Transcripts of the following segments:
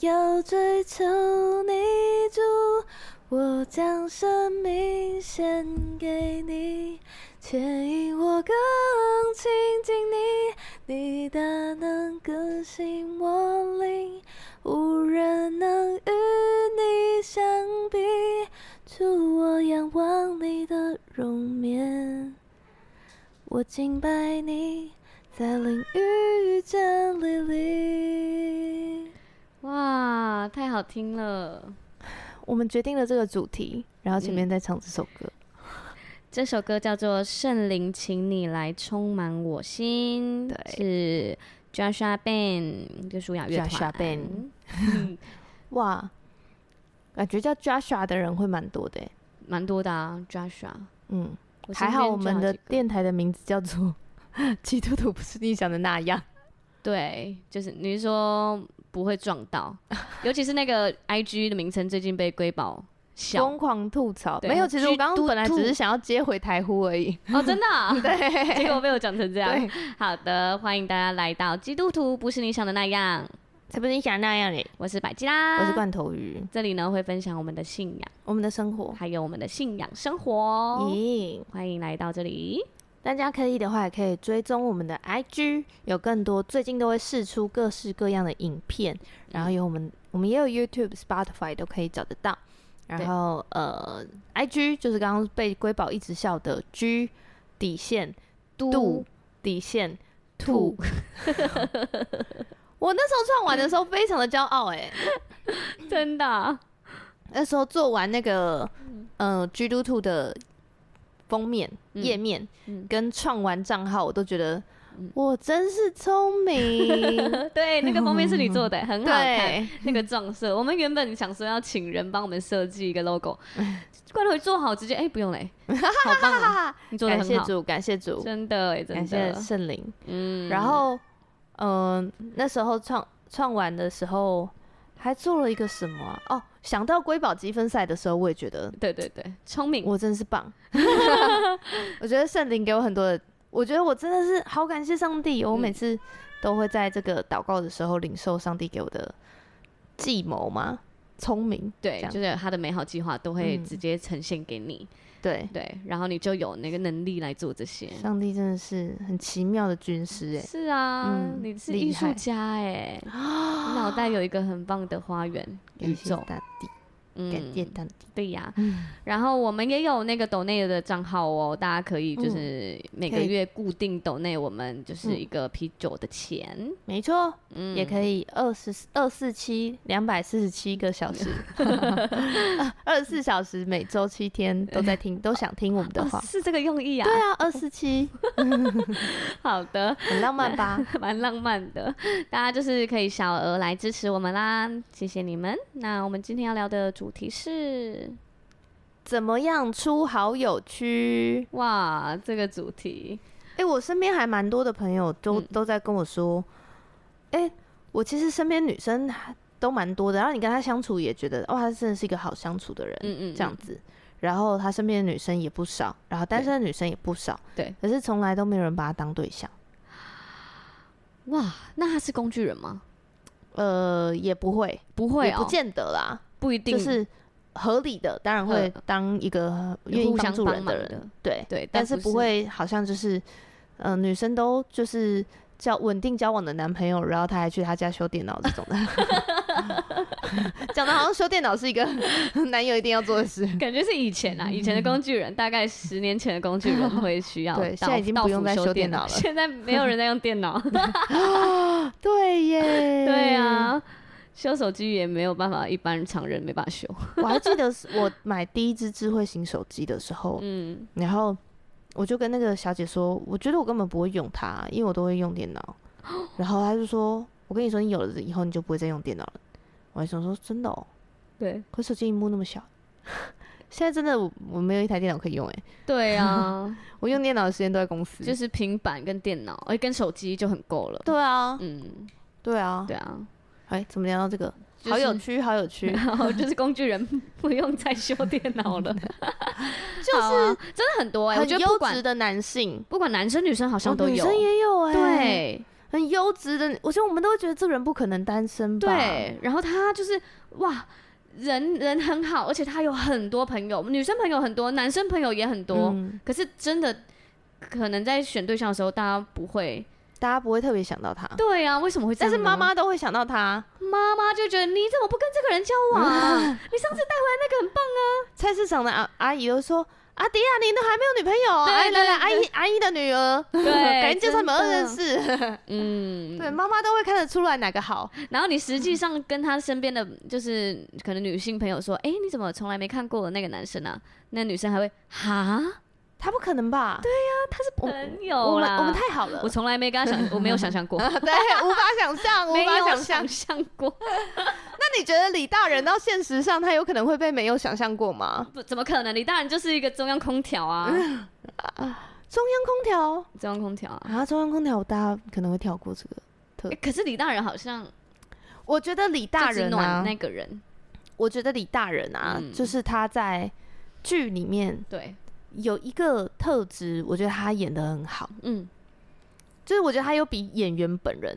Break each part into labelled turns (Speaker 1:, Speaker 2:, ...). Speaker 1: 要追求你主，我将生命献给你，牵引我更亲近你，你大能更新我灵，无人能与你相比。主，我仰望你的容面，我敬拜你，在淋雨真理里。
Speaker 2: 哇，太好听了！
Speaker 1: 我们决定了这个主题，然后前
Speaker 2: 嗯
Speaker 1: 面再唱这首歌。
Speaker 2: 这首歌叫做《圣灵，请你来充满我心》，是 Joshua Ban 就舒雅乐团。
Speaker 1: Joshua Ban 哇，感觉叫 Joshua 的人会蛮多的欸。
Speaker 2: 蛮多的啊，Joshua。
Speaker 1: 嗯，
Speaker 2: 我身
Speaker 1: 还好
Speaker 2: 边
Speaker 1: 我
Speaker 2: 就
Speaker 1: 们
Speaker 2: 有
Speaker 1: 的
Speaker 2: 几个
Speaker 1: 电台的名字叫做基督徒不是你想的那样。
Speaker 2: 对，就是你是说不会 撞到，尤其是那个 IG 的名称最近被瑰宝笑
Speaker 1: 疯狂吐槽，
Speaker 2: 对
Speaker 1: 没有。其实我
Speaker 2: 居
Speaker 1: 刚刚
Speaker 2: 都
Speaker 1: 本来
Speaker 2: 吐
Speaker 1: 只是想要接回台呼而 已。
Speaker 2: 哦，真的啊、
Speaker 1: 对，
Speaker 2: 结果被我讲成这样
Speaker 1: 对。，
Speaker 2: 好的，欢迎大家来到基督徒不是你想的那样，
Speaker 1: 才不是你想那样嘞。
Speaker 2: 我是百吉啦，
Speaker 1: 我是罐头鱼，
Speaker 2: 这里呢会分享我们的信仰，
Speaker 1: 我们的生活。
Speaker 2: 还有我们的信仰生活。哦
Speaker 1: 咦、
Speaker 2: 欢迎来到这里，
Speaker 1: 大家可以的话，也可以追踪我们的 IG，有更多最近都会试出各式各样的影片，然后有我们，我们也有 YouTube、Spotify 都可以找得到。然后呃，IG 就是刚刚被瑰宝一直笑的 G 底线度底线兔。我那时候创完的时候非常的骄傲哎、
Speaker 2: 真的 啊
Speaker 1: 那时候做完那个呃 G 嘟兔的封面
Speaker 2: 嗯
Speaker 1: 页面，
Speaker 2: 嗯
Speaker 1: 跟创完账号，我都觉得
Speaker 2: 嗯
Speaker 1: 我真是聪 明。
Speaker 2: 对，那个封面是你做的，很好 看。
Speaker 1: 对，
Speaker 2: 那个撞色，我们原本想说要请人帮我们设计一个 logo，罐头做好直接哎、不 用嘞，好棒啊！
Speaker 1: 哈哈
Speaker 2: 你做的
Speaker 1: 感
Speaker 2: 很
Speaker 1: 谢
Speaker 2: 好，
Speaker 1: 主，感谢主，
Speaker 2: 真的哎、真
Speaker 1: 感谢
Speaker 2: 的，
Speaker 1: 圣灵。
Speaker 2: 嗯
Speaker 1: 然后，嗯，那时候创创完的时候，还做了一个什么啊？哦，想到瑰宝积分赛的时候，我也觉得
Speaker 2: 对对对，聪明，
Speaker 1: 我真是棒。 我觉得圣灵给我很多的，我觉得我真的是好感谢上帝。我每
Speaker 2: 嗯
Speaker 1: 次都会在这个祷告的时候领受上帝给我的计谋嘛，聪明。
Speaker 2: 对
Speaker 1: 这，样
Speaker 2: 就是他的美好计划都会
Speaker 1: 嗯
Speaker 2: 直接呈现给你，
Speaker 1: 对，
Speaker 2: 对，然后你就有那个能力来做这些。
Speaker 1: 上帝真的是很奇妙的军师哎、
Speaker 2: 是啊，
Speaker 1: 嗯
Speaker 2: 你是
Speaker 1: 厉
Speaker 2: 艺术
Speaker 1: 害
Speaker 2: 家哎、你脑袋有一个很棒的花园宇
Speaker 1: 感谢
Speaker 2: 宙，
Speaker 1: 大地，
Speaker 2: 嗯，
Speaker 1: 感谢大地。
Speaker 2: 对呀、
Speaker 1: 嗯
Speaker 2: 然后我们也有那个抖内的账号哦，大家可以就是每
Speaker 1: 嗯
Speaker 2: 个
Speaker 1: 可以嗯
Speaker 2: 月固定抖内我们就是一个啤酒的钱，
Speaker 1: 没错，
Speaker 2: 嗯，
Speaker 1: 也可以二十二四七两百四十七个小 时， 二十四小时每周七天都在听，都想听我们的
Speaker 2: 哦
Speaker 1: 话。
Speaker 2: 是这个用意啊。
Speaker 1: 对啊，二四七
Speaker 2: 好的，
Speaker 1: 很浪漫吧？
Speaker 2: 蛮浪漫的，大家就是可以小额来支持我们啦，谢谢你们。那我们今天要聊的主题是，
Speaker 1: 怎么样出好友区？
Speaker 2: 哇，这个主题，
Speaker 1: 哎、我身边还蛮多的朋友都、
Speaker 2: 嗯
Speaker 1: 都在跟我说，哎、我其实身边女生还都蛮多的，然后你跟她相处也觉得，哇，哦她真的是一个好相处的人，
Speaker 2: 嗯嗯，
Speaker 1: 这样子。然后她身边的女生也不少，然后单身的女生也不少，
Speaker 2: 对。
Speaker 1: 可是从来都没有人把她当对象，
Speaker 2: 哇，那他是工具人吗？
Speaker 1: 呃，也不会，
Speaker 2: 不会
Speaker 1: 也
Speaker 2: 哦，
Speaker 1: 不见得啦，
Speaker 2: 不一定，呃
Speaker 1: 就是合理的，当然会当一个愿意
Speaker 2: 互
Speaker 1: 帮
Speaker 2: 相
Speaker 1: 助
Speaker 2: 帮
Speaker 1: 人
Speaker 2: 忙
Speaker 1: 的人，
Speaker 2: 的，
Speaker 1: 对。
Speaker 2: 对，
Speaker 1: 但
Speaker 2: 是
Speaker 1: 是不，会好像就是，呃，女生都就是交稳定交往的男朋友，然后他还去他家修电脑这 种的，讲的好像修电脑是一个男友一定要做的事。
Speaker 2: 感觉是以前啊，以前的工具人，大概十年前的工具人 会需要到，
Speaker 1: 对现在已经
Speaker 2: 到
Speaker 1: 不用
Speaker 2: 辅
Speaker 1: 再
Speaker 2: 修
Speaker 1: 修电
Speaker 2: 电
Speaker 1: 脑了
Speaker 2: 现在没有人在用 电脑，
Speaker 1: 对耶，
Speaker 2: 对，啊。修手机也没有办法，一般常人没办法 修。
Speaker 1: 我还记得是我买第一只智慧型手机的时候，
Speaker 2: 嗯，
Speaker 1: 然后我就跟那个小姐说，我觉得我根本不会用它，因为我都会用电 脑。然后她就说，我跟你说，你有了以后你就不会再用电脑了。我还想说，真的哦、
Speaker 2: 对，
Speaker 1: 可手机屏幕那么小， 现在真的我我没有一台电脑可以用哎、
Speaker 2: 对啊，
Speaker 1: 我用电脑的时间都在公司。
Speaker 2: 就是是平板跟电脑，哎、跟手机就很够了。
Speaker 1: 对啊，
Speaker 2: 嗯，
Speaker 1: 对啊，
Speaker 2: 对啊，
Speaker 1: 哎、怎么聊到这个？
Speaker 2: 就是
Speaker 1: 好有趣，好有 趣，
Speaker 2: 然后就是工具人 不用再修电脑 了，
Speaker 1: 就
Speaker 2: 好啊真的很多哎、我
Speaker 1: 很
Speaker 2: 觉得不
Speaker 1: 优质
Speaker 2: 管
Speaker 1: 的男性，
Speaker 2: 不管男生女生好像
Speaker 1: 哦
Speaker 2: 都
Speaker 1: 女
Speaker 2: 有，
Speaker 1: 生也有哎、，
Speaker 2: 对，
Speaker 1: 很优质的，我觉得我们都会觉得这个人不可能单身吧？
Speaker 2: 对，然后他就是哇，人人很好，而且他有很多朋友，女生朋友很多，男生朋友也很多。
Speaker 1: 嗯
Speaker 2: 可是真的，可能在选对象的时候，大家不会。
Speaker 1: 大家不会特别想到他，
Speaker 2: 对啊，为什么会这
Speaker 1: 但
Speaker 2: 样
Speaker 1: 是
Speaker 2: 呢？
Speaker 1: 妈妈都会想到他。
Speaker 2: 妈妈就觉得你怎么不跟这个人交往啊？你上次 带回来那个很棒。
Speaker 1: 菜市场的阿阿姨都说：“阿迪啊，你都还没有女朋友？
Speaker 2: 对
Speaker 1: 哎，
Speaker 2: 对
Speaker 1: 来来，
Speaker 2: 对
Speaker 1: 阿姨阿姨的女儿，
Speaker 2: 对
Speaker 1: 赶紧介绍你们二
Speaker 2: 真的
Speaker 1: 认识。
Speaker 2: 嗯，
Speaker 1: 对，嗯妈妈都会看得出来哪个好。
Speaker 2: 然后你实际上跟他身边的就是可能女性朋友说，哎、你怎么从来没看过那个男生啊？那女生还会哈，
Speaker 1: 他不可能吧？对
Speaker 2: 他是
Speaker 1: 啊我
Speaker 2: 朋友啦啊
Speaker 1: 我们我们太好了
Speaker 2: 我， 从来没跟他想，我没有想 象过，
Speaker 1: 对，无法想象， 无
Speaker 2: 没
Speaker 1: 法
Speaker 2: 有
Speaker 1: 想象
Speaker 2: 想。象过，
Speaker 1: 那你觉得李大人到现实上，他有可能会被没有想象过吗？
Speaker 2: 不怎么可能？你当然就是一个中央空调啊，
Speaker 1: 中央空调
Speaker 2: 中央空调啊。
Speaker 1: 啊，中央空调，大家可能会跳过这个。
Speaker 2: 诶可是李大人好像
Speaker 1: 我觉得李大
Speaker 2: 就只
Speaker 1: 人
Speaker 2: 暖
Speaker 1: 啊，
Speaker 2: 那个人，
Speaker 1: 我觉得李大人啊，
Speaker 2: 嗯
Speaker 1: 就是他在剧里面
Speaker 2: 对，
Speaker 1: 有一个特质，我觉得他演的很好，
Speaker 2: 嗯，
Speaker 1: 就是我觉得他有比演员本人，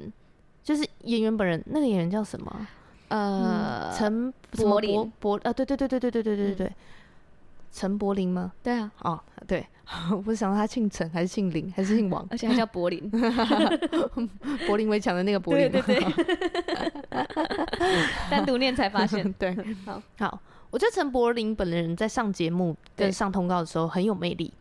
Speaker 1: 就是演员本人那个演员叫什么啊？
Speaker 2: 呃，
Speaker 1: 陈
Speaker 2: 什么
Speaker 1: 柏
Speaker 2: 林
Speaker 1: 柏柏啊，对对对对对对对对对
Speaker 2: 嗯
Speaker 1: 对，陈柏霖吗？
Speaker 2: 对啊，
Speaker 1: 哦，对， 我想到他姓陈还是姓林还是姓 王？
Speaker 2: 而且还叫柏林，
Speaker 1: 柏林围墙的那个柏
Speaker 2: 对
Speaker 1: 林
Speaker 2: 对
Speaker 1: 吗？
Speaker 2: 对， 单独念才发 现，
Speaker 1: 对
Speaker 2: 好
Speaker 1: 好，我觉得陈柏霖本人在上节目
Speaker 2: 对
Speaker 1: 跟上通告的时候很有魅力，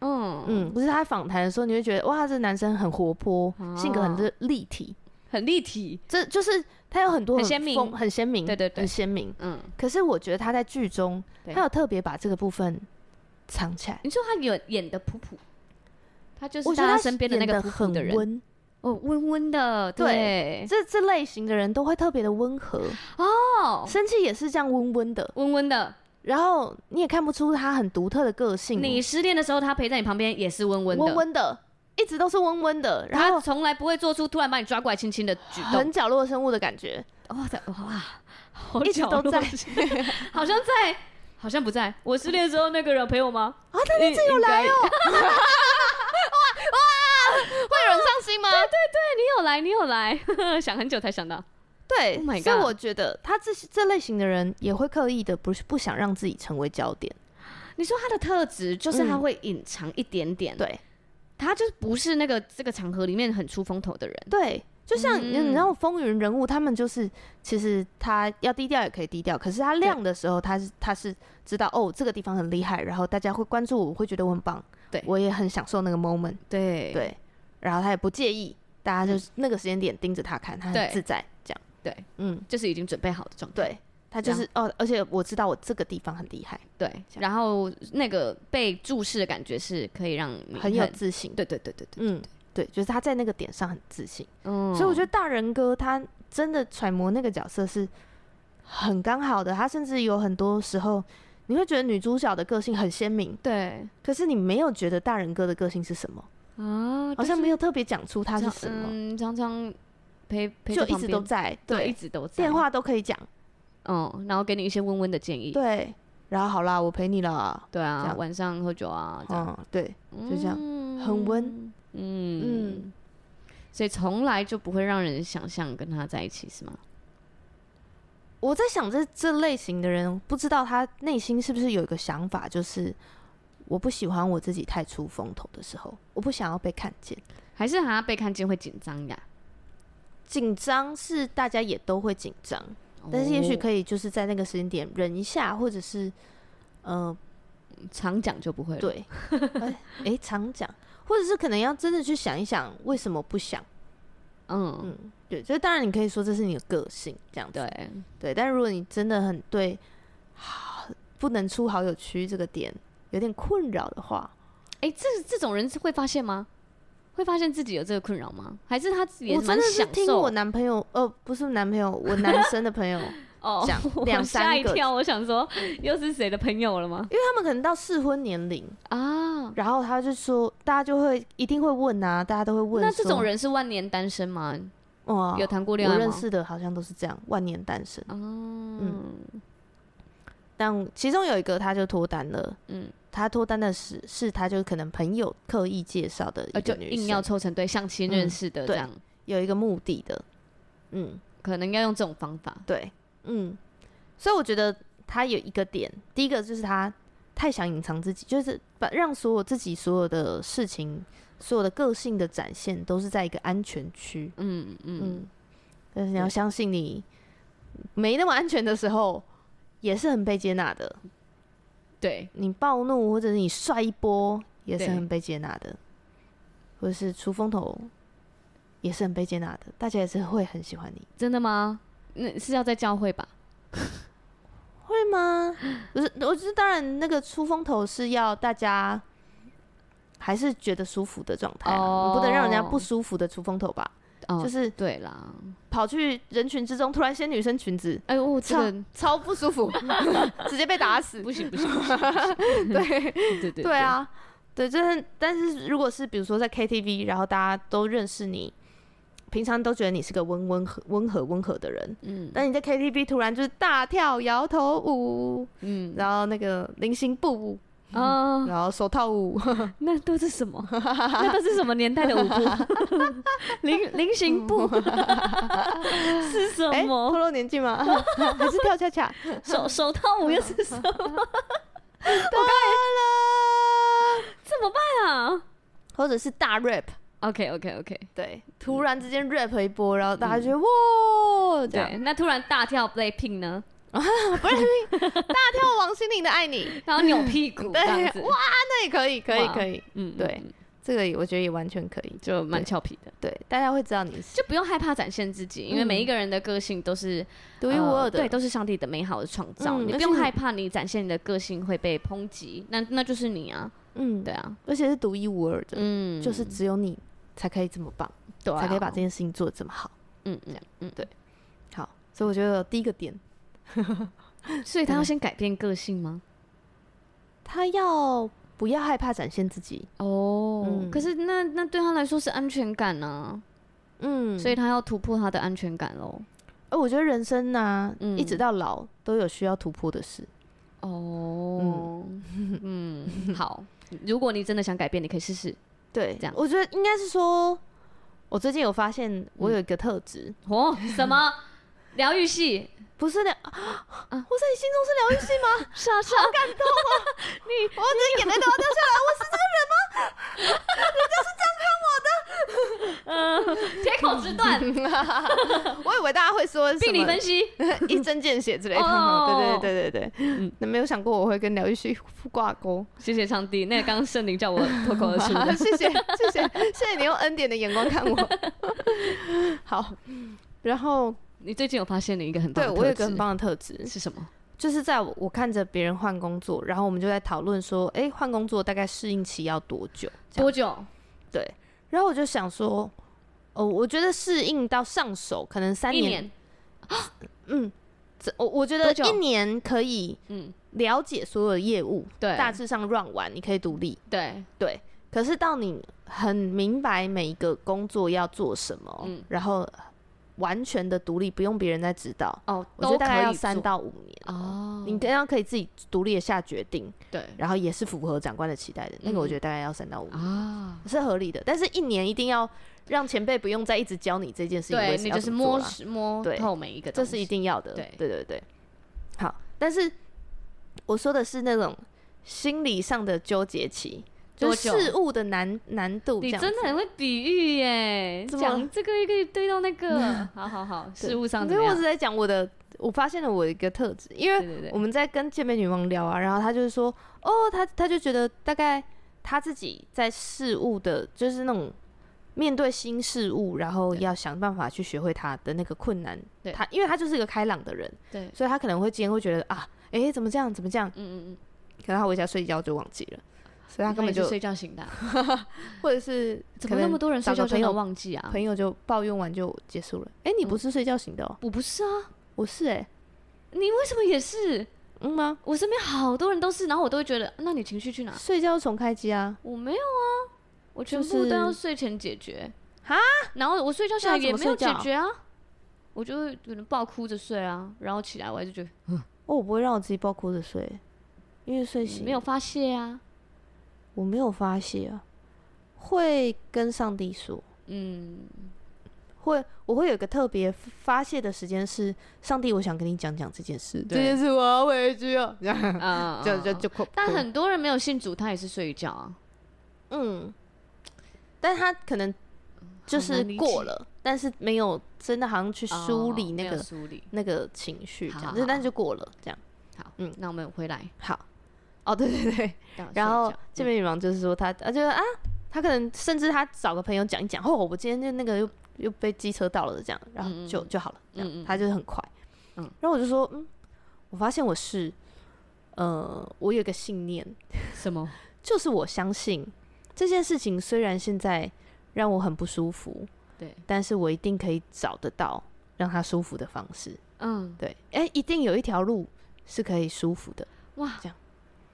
Speaker 2: 嗯嗯，
Speaker 1: 嗯，不是他访谈的时候，你会觉得哇，这男生很活泼，
Speaker 2: 哦
Speaker 1: 性格很立立体，
Speaker 2: 很立体，
Speaker 1: 这就是他有很多
Speaker 2: 很鲜明
Speaker 1: 丰很鲜明，
Speaker 2: 对对对
Speaker 1: 很鲜明。
Speaker 2: 嗯，
Speaker 1: 可是我觉得他在剧中，
Speaker 2: 对
Speaker 1: 他有特别把这个部分藏起来，
Speaker 2: 你说他有演的普普，他就
Speaker 1: 我
Speaker 2: 是
Speaker 1: 觉得
Speaker 2: 大家
Speaker 1: 他
Speaker 2: 身边的那
Speaker 1: 演
Speaker 2: 个
Speaker 1: 得
Speaker 2: 普普的
Speaker 1: 很
Speaker 2: 人，
Speaker 1: 温，
Speaker 2: 哦，温温的，对，
Speaker 1: 这这类型的人都会特别的温和，
Speaker 2: 哦，
Speaker 1: 生气也是这样温温的，
Speaker 2: 温温的。
Speaker 1: 然后你也看不出他很独特的个性，哦
Speaker 2: 你失恋的时候，他陪在你旁边也是温温的，
Speaker 1: 温温的，一直都是温温的，然
Speaker 2: 他
Speaker 1: 后
Speaker 2: 从来不会做出突然把你抓过来亲亲的举动
Speaker 1: 很。角落生物的感觉，
Speaker 2: 哇塞，哇，好
Speaker 1: 一直
Speaker 2: 角
Speaker 1: 都
Speaker 2: 落
Speaker 1: 在。
Speaker 2: 好像在，好像不在。我失恋的时候，那个人有陪我吗？啊，他那次有来哦。
Speaker 1: 会有人伤心吗？
Speaker 2: 对你有来，你有来， 想很久才想到。
Speaker 1: 对
Speaker 2: Oh my
Speaker 1: 所以
Speaker 2: god
Speaker 1: 我觉得他这这类型的人也会刻意的不是不想让自己成为焦点，
Speaker 2: 你说他的特质就是他
Speaker 1: 嗯
Speaker 2: 会隐藏一点点，
Speaker 1: 对
Speaker 2: 他就不是那个这个场合里面很出风头的人。
Speaker 1: 对，就像
Speaker 2: 嗯
Speaker 1: 你你知道风云人物，他们就是其实他要低调也可以低调，可是他亮的时候，他是他是知道哦这个地方很厉害，然后大家会关注我，我会觉得我很棒，
Speaker 2: 对
Speaker 1: 我也很享受那个 moment，
Speaker 2: 对嗯
Speaker 1: 对，然后他也不介意，大家就是那个时间点盯着他看，他
Speaker 2: 对
Speaker 1: 很自在，这样
Speaker 2: 对，
Speaker 1: 嗯。
Speaker 2: 就是已经准备好的状态。
Speaker 1: 对，他就是哦，而且我知道我这个地方很厉害，
Speaker 2: 对，然后那个被注视的感觉是可以让你
Speaker 1: 很有自信。，
Speaker 2: 嗯对对对对对，
Speaker 1: 嗯，对，就是他在那个点上很自信，
Speaker 2: 嗯，
Speaker 1: 所以我觉
Speaker 2: 得
Speaker 1: 得大人哥他真的揣摩那个角色是很刚好的。他甚至有很多时候，你会觉得女主角的个性很鲜明，
Speaker 2: 对
Speaker 1: 可是你没有觉得大人哥的个性是什么，
Speaker 2: 啊，
Speaker 1: 好像没有特别讲出他
Speaker 2: 他
Speaker 1: 是什么，
Speaker 2: 嗯，常常陪陪
Speaker 1: 就
Speaker 2: 在
Speaker 1: 一
Speaker 2: 旁
Speaker 1: 直
Speaker 2: 边
Speaker 1: 都在，
Speaker 2: 对，
Speaker 1: 对，
Speaker 2: 一直都在
Speaker 1: 电，话都可以讲，
Speaker 2: 嗯，然后给你一些温温的建议，
Speaker 1: 对，然后好啦，我陪你了，
Speaker 2: 对
Speaker 1: 这
Speaker 2: 啊，
Speaker 1: 样
Speaker 2: 晚上喝酒啊，这样
Speaker 1: 嗯，对，就这样很温，
Speaker 2: 嗯嗯，所以从来就不会让人想象跟他在一起，是吗？
Speaker 1: 我在想这这类型的人，不知道他内心是不是有一个想法，就是我不喜欢我自己太出风头的时候，我不想要被看见。
Speaker 2: 还是他被看见会紧张呀？
Speaker 1: 紧张是大家也都会紧张，
Speaker 2: 哦
Speaker 1: 但是也许可以就是在那个时间点忍一下，或者是呃，
Speaker 2: 以哦常讲就不会了。
Speaker 1: 对， 哎、诶常讲，或者是可能要真的去想一想为什么不想。
Speaker 2: 嗯，
Speaker 1: 嗯，对，所以当然你可以说这是你的个性这样子，
Speaker 2: 对，
Speaker 1: 对，但如果你真的很对，好不能出好友区这个点有点困扰的话，
Speaker 2: 哎、这这种人是会发现吗？会发现自己有这个困扰吗？还是他也
Speaker 1: 我真
Speaker 2: 蛮
Speaker 1: 的是
Speaker 2: 享
Speaker 1: 听
Speaker 2: 受
Speaker 1: 我男朋友，呃，不是男朋友，我男生的朋友， 因
Speaker 2: 哦
Speaker 1: 讲
Speaker 2: 我
Speaker 1: 两三
Speaker 2: 吓一
Speaker 1: 个
Speaker 2: 跳，我想说又是谁的朋友了吗？
Speaker 1: 为他们可能到适婚年龄，
Speaker 2: 啊，
Speaker 1: 然后他就说，大家就会一定会问啊，大家都会问，
Speaker 2: 那这种，人是万年单身吗？
Speaker 1: 哇，
Speaker 2: 有谈过恋
Speaker 1: 哦我
Speaker 2: 爱
Speaker 1: 认
Speaker 2: 吗？
Speaker 1: 识的好像都是这样，万年单身。
Speaker 2: 哦，嗯
Speaker 1: 嗯但其中有一个他就脱单了，
Speaker 2: 嗯，
Speaker 1: 他脱单的是是他就可能朋友刻意介绍的一
Speaker 2: 呃，就
Speaker 1: 个女
Speaker 2: 硬
Speaker 1: 生，
Speaker 2: 要凑成对，相亲认识的
Speaker 1: 嗯
Speaker 2: 这
Speaker 1: 对
Speaker 2: 样，
Speaker 1: 有一个目的的，嗯，
Speaker 2: 可能要用这种方法。
Speaker 1: 对，嗯，所以我觉得他有一个点，第一个就是他太想隐藏自己，就是把让所有自己所有的事情、所有的个性的展现都是在一个安全区，
Speaker 2: 嗯嗯
Speaker 1: 嗯，但是你要相信你没那么安全的时候，也是很被接纳的。
Speaker 2: 对，
Speaker 1: 你暴怒或者是你帅一波，也是
Speaker 2: 对
Speaker 1: 很被接纳的，或者是出风头，也是很被接纳的，大家也是会很喜欢你，
Speaker 2: 真的吗？那是要在教会吧？
Speaker 1: 会吗？不是，我是当然那个出风头是要大家。还是觉得舒服的状态、啊你不能让人家不
Speaker 2: 哦
Speaker 1: 舒服的出风头吧？
Speaker 2: 哦，
Speaker 1: 就是
Speaker 2: 对啦。
Speaker 1: 跑去人群之中，突然掀女生裙子，
Speaker 2: 哎呦，我这
Speaker 1: 超
Speaker 2: 个
Speaker 1: 超不舒服， 直接被打死。
Speaker 2: 不行不行，不行不行
Speaker 1: 对
Speaker 2: 对对对
Speaker 1: 对，啊，对，就是但是如果是比如说在 KTV，然后大家都认识你，平常都觉得你是个温温和温和温和的人，
Speaker 2: 嗯
Speaker 1: 但你在 KTV 突然就是大跳摇头舞，
Speaker 2: 嗯，
Speaker 1: 然后那个菱形步舞，
Speaker 2: 哦，
Speaker 1: 然后手套 舞，
Speaker 2: 那都是什么？那都是什么年代的舞步？菱菱形步 是
Speaker 1: 哎、
Speaker 2: 什
Speaker 1: 透
Speaker 2: 么？
Speaker 1: 露年纪吗？ 还是跳恰恰？
Speaker 2: 手手套舞又是 什么？
Speaker 1: 啦，
Speaker 2: 怎么办啊
Speaker 1: 或者是大 rap。
Speaker 2: ？OK OK OK，
Speaker 1: 对，突然之间 rap 一波，然后大家
Speaker 2: 嗯
Speaker 1: 觉得、哇，这样
Speaker 2: 对，那突然大跳 Blackpink 呢？
Speaker 1: 大跳王心凌的爱你，
Speaker 2: 然后扭屁股这样子
Speaker 1: 对，哇，那也可以，可以，
Speaker 2: 哇
Speaker 1: 可以，
Speaker 2: 嗯，
Speaker 1: 对
Speaker 2: 嗯，嗯
Speaker 1: 这个也我觉得也完全可以。
Speaker 2: 就蛮俏皮的，
Speaker 1: 对，大家会知道你是
Speaker 2: 就不用害怕展现自己，因为
Speaker 1: 嗯
Speaker 2: 每一个人的个性都是
Speaker 1: 独一无
Speaker 2: 呃
Speaker 1: 二的。
Speaker 2: 对，都是上帝的美好的创造，
Speaker 1: 嗯
Speaker 2: 你
Speaker 1: 而
Speaker 2: 不
Speaker 1: 且
Speaker 2: 用
Speaker 1: 你
Speaker 2: 害怕你展现你的个性会被抨击，那那就是你啊，
Speaker 1: 嗯，
Speaker 2: 对，啊，
Speaker 1: 而且是独一无二的，
Speaker 2: 嗯，
Speaker 1: 就是只有你才可以这么棒，
Speaker 2: 对啊，
Speaker 1: 才可以把这件事情做得这么好。
Speaker 2: 嗯嗯嗯，
Speaker 1: 好，所以我觉得第一个点，
Speaker 2: 所以他要先改变个性吗？
Speaker 1: 他要不要害怕展现自己？
Speaker 2: 哦
Speaker 1: 嗯，
Speaker 2: 可是那那对他来说是安全感呢，
Speaker 1: 嗯，
Speaker 2: 所以他要突破他的安全感喽。
Speaker 1: 而呃我觉得人生呢、
Speaker 2: 嗯
Speaker 1: 一直到老都有需要突破的事。
Speaker 2: 哦，嗯，好，如果你真的想改变，你可以试试。
Speaker 1: 对，
Speaker 2: 这样
Speaker 1: 我觉得应该是说，我最近有发现我有一个特质，
Speaker 2: 哦，什么疗愈系？
Speaker 1: 不是那、啊，我在你心中是疗愈系 吗？
Speaker 2: 是啊，是啊，
Speaker 1: 我这眼泪都要掉下来，我是这个人吗？
Speaker 2: 铁口直 断，
Speaker 1: 我以为大家会说
Speaker 2: 病理分析。
Speaker 1: 一针见血之类的，
Speaker 2: 哦
Speaker 1: 对对对对对，那没有想过我会跟疗愈系挂钩，
Speaker 2: 谢谢上帝，那个刚刚圣灵叫我脱口而出
Speaker 1: 好
Speaker 2: 的。
Speaker 1: 谢谢谢谢谢谢你用恩典的眼光看我， 好，然后
Speaker 2: 你最近有发现你一个很棒
Speaker 1: 对
Speaker 2: 的
Speaker 1: 我有一
Speaker 2: 特
Speaker 1: 个很
Speaker 2: 质
Speaker 1: 棒的特质，
Speaker 2: 是什么？
Speaker 1: 就是在我我看着别人换工作，然后我们就在讨论说，哎，换工作大概适应期要多久？这样
Speaker 2: 多久？
Speaker 1: 对，然后我就想说，哦，我觉得适应到上手可能三
Speaker 2: 一
Speaker 1: 年，
Speaker 2: 年？
Speaker 1: 嗯，这我我觉得
Speaker 2: 多久
Speaker 1: 一年可以
Speaker 2: 嗯，
Speaker 1: 了解所有的业务，
Speaker 2: 对，
Speaker 1: 大致上 run 完，你可以独立。
Speaker 2: 对，
Speaker 1: 对，可是到你很明白每一个工作要做什么，
Speaker 2: 嗯
Speaker 1: 然后完全的独立，不用别人再指导，
Speaker 2: 哦，
Speaker 1: 我觉得
Speaker 2: 都
Speaker 1: 大概
Speaker 2: 可
Speaker 1: 要
Speaker 2: 以
Speaker 1: 三
Speaker 2: 做
Speaker 1: 到五年。
Speaker 2: 哦，
Speaker 1: 你更要可以自己独立的下决定，
Speaker 2: 对
Speaker 1: 然后也是符合长官的期待的。那个我
Speaker 2: 嗯
Speaker 1: 觉得大概要三到五年，
Speaker 2: 啊，
Speaker 1: 是合理的。但是，一年一定要让前辈不用再一直教你这件事情为
Speaker 2: 对
Speaker 1: 什
Speaker 2: 你
Speaker 1: 么要
Speaker 2: 就
Speaker 1: 怎
Speaker 2: 是
Speaker 1: 么做
Speaker 2: 摸
Speaker 1: 啦，
Speaker 2: 实摸
Speaker 1: 对
Speaker 2: 透每一个
Speaker 1: 这
Speaker 2: 东西，
Speaker 1: 是一定要的。
Speaker 2: 对
Speaker 1: 对对对，好。但是我说的是那种心理上的纠结期，就
Speaker 2: 多
Speaker 1: 是
Speaker 2: 久
Speaker 1: 事物的难难度这
Speaker 2: 你
Speaker 1: 样子。
Speaker 2: 真的很会比喻耶，
Speaker 1: 怎么
Speaker 2: 讲这个又可以对到 那个，好好好，
Speaker 1: 对
Speaker 2: 事物上
Speaker 1: 因
Speaker 2: 怎
Speaker 1: 为
Speaker 2: 么
Speaker 1: 我只
Speaker 2: 样？
Speaker 1: 在讲我的，我发现了我一个特质，因
Speaker 2: 对
Speaker 1: 为
Speaker 2: 对
Speaker 1: 我
Speaker 2: 对，
Speaker 1: 们在跟健美女王聊啊，然后她就是说，哦，她她就觉得大概她自己在事物的，就是那种面对新事物，然后
Speaker 2: 对
Speaker 1: 要想办法去学会它的那个困难。
Speaker 2: 对
Speaker 1: 她因为她就是一个开朗的人，
Speaker 2: 对，
Speaker 1: 所以她可能会今天会觉得啊，诶，怎么这样，怎么这样，
Speaker 2: 嗯嗯嗯，
Speaker 1: 可能她回家睡觉就忘记了，所以她
Speaker 2: 他
Speaker 1: 根本就
Speaker 2: 睡觉醒的啊，
Speaker 1: 或者是
Speaker 2: 怎
Speaker 1: 可
Speaker 2: 么那
Speaker 1: 能
Speaker 2: 么多人
Speaker 1: 找
Speaker 2: 睡
Speaker 1: 个
Speaker 2: 觉就
Speaker 1: 朋友
Speaker 2: 能忘记啊
Speaker 1: 朋？友就抱怨完就结束了。诶，你不
Speaker 2: 嗯
Speaker 1: 是睡觉型的哦，
Speaker 2: 我不是啊，
Speaker 1: 我是诶，
Speaker 2: 你为什么也是？
Speaker 1: 嗯吗？
Speaker 2: 我身边好多人都是，然后我都会觉得，那你情绪去哪？
Speaker 1: 睡觉重开机啊，
Speaker 2: 我没有啊，我全
Speaker 1: 就
Speaker 2: 部都要
Speaker 1: 是
Speaker 2: 睡前解决
Speaker 1: 哈，
Speaker 2: 然后我睡觉起来
Speaker 1: 那要怎
Speaker 2: 也
Speaker 1: 么
Speaker 2: 没有
Speaker 1: 睡
Speaker 2: 解
Speaker 1: 觉
Speaker 2: 决啊，我就会可能爆哭着睡啊，然后起来我还是觉得
Speaker 1: 哦，我不会让我自己爆哭着睡，因为睡
Speaker 2: 嗯
Speaker 1: 醒
Speaker 2: 没有，发泄啊，
Speaker 1: 我 没有发泄啊，会跟上帝说，
Speaker 2: 嗯，
Speaker 1: 会我会有一个特别发泄的时间是，上帝，我想跟你讲讲这件事，这
Speaker 2: 对
Speaker 1: 件事我好委屈哦，这样
Speaker 2: 啊
Speaker 1: 就就就哭。
Speaker 2: 但
Speaker 1: 哭
Speaker 2: 很多人没有信主，他也是睡觉啊。
Speaker 1: 嗯，但他可能就
Speaker 2: 好
Speaker 1: 是
Speaker 2: 难理
Speaker 1: 过
Speaker 2: 解
Speaker 1: 了，但是没有真的好像去梳
Speaker 2: 哦
Speaker 1: 理
Speaker 2: 没
Speaker 1: 那
Speaker 2: 有
Speaker 1: 个、
Speaker 2: 梳理。
Speaker 1: 那个情绪，这
Speaker 2: 好
Speaker 1: 样，
Speaker 2: 好
Speaker 1: 就但
Speaker 2: 好
Speaker 1: 就过了，这样
Speaker 2: 好，
Speaker 1: 嗯
Speaker 2: 嗯，那我们回来。
Speaker 1: 好。哦，对对对，
Speaker 2: 到
Speaker 1: 然后
Speaker 2: 睡觉
Speaker 1: 这边女王就是说他，啊，就是啊，他可能甚至他找个朋友讲一讲，哦，我今天就那个又又被机车到了这样，然后就就好了，这
Speaker 2: 嗯
Speaker 1: 样
Speaker 2: 嗯
Speaker 1: 他就是很快，
Speaker 2: 嗯，
Speaker 1: 然后我就说，嗯，我发现我是，呃，我有一个信念，
Speaker 2: 嗯什么？
Speaker 1: 就是我相信这件事情虽然现在让我很不舒服，
Speaker 2: 对，
Speaker 1: 但是我一定可以找得到让他舒服的方式，
Speaker 2: 嗯，
Speaker 1: 对，哎、一定有一条路是可以舒服的，
Speaker 2: 哇，
Speaker 1: 这样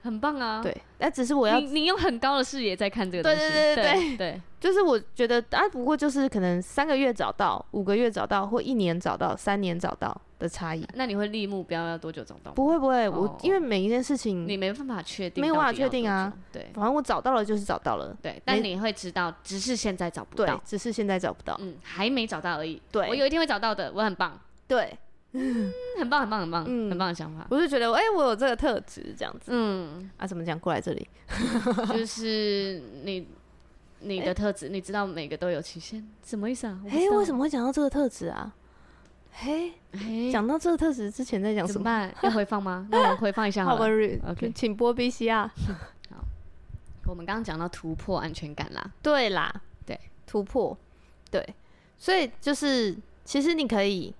Speaker 2: 很棒啊。，
Speaker 1: 对，那只是我要
Speaker 2: 你你用很高的视野在看这个东
Speaker 1: 对
Speaker 2: 西。
Speaker 1: 对对
Speaker 2: 对对
Speaker 1: 就是我觉得啊，不过就是可能三个月找到、五个月找到，或一年找到、三年找到的差异。
Speaker 2: 那你会立目标要多久找到吗？
Speaker 1: 不会不会，我、
Speaker 2: 哦
Speaker 1: 因为每一件事情，
Speaker 2: 你没办法确定，
Speaker 1: 嗯没有办法确定啊。
Speaker 2: 对
Speaker 1: 反正我找到了就是找到了，
Speaker 2: 对，但你会知道，只是现在找不
Speaker 1: 对
Speaker 2: 到，，
Speaker 1: 只是现在找不到。
Speaker 2: 嗯，还没找到而已。
Speaker 1: 对
Speaker 2: 我有一天会找到的，我很棒，
Speaker 1: 对，
Speaker 2: 嗯很棒，很棒，很棒，
Speaker 1: 嗯
Speaker 2: 很棒的 想法。
Speaker 1: 我就觉得哎、我有这个特质这样子
Speaker 2: 嗯，
Speaker 1: 啊，怎么讲过来这里？
Speaker 2: 就是你你的特质，你知道每个都有期限，什么意思啊？我不
Speaker 1: 哎、
Speaker 2: 知道
Speaker 1: 为什？么会讲到这个特质啊？嘿，
Speaker 2: 哎，
Speaker 1: 讲到这个特质之前在讲
Speaker 2: 怎
Speaker 1: 什
Speaker 2: 么
Speaker 1: 么？
Speaker 2: 办？ 要回放吗？那我们回放一下
Speaker 1: 好
Speaker 2: 好
Speaker 1: 吧
Speaker 2: 了。
Speaker 1: ，OK，
Speaker 2: OK
Speaker 1: 请播 BCR。
Speaker 2: 我们刚刚讲到突破安全感啦，
Speaker 1: 对啦，
Speaker 2: 对，
Speaker 1: 突破，对，所以就是其实你可以，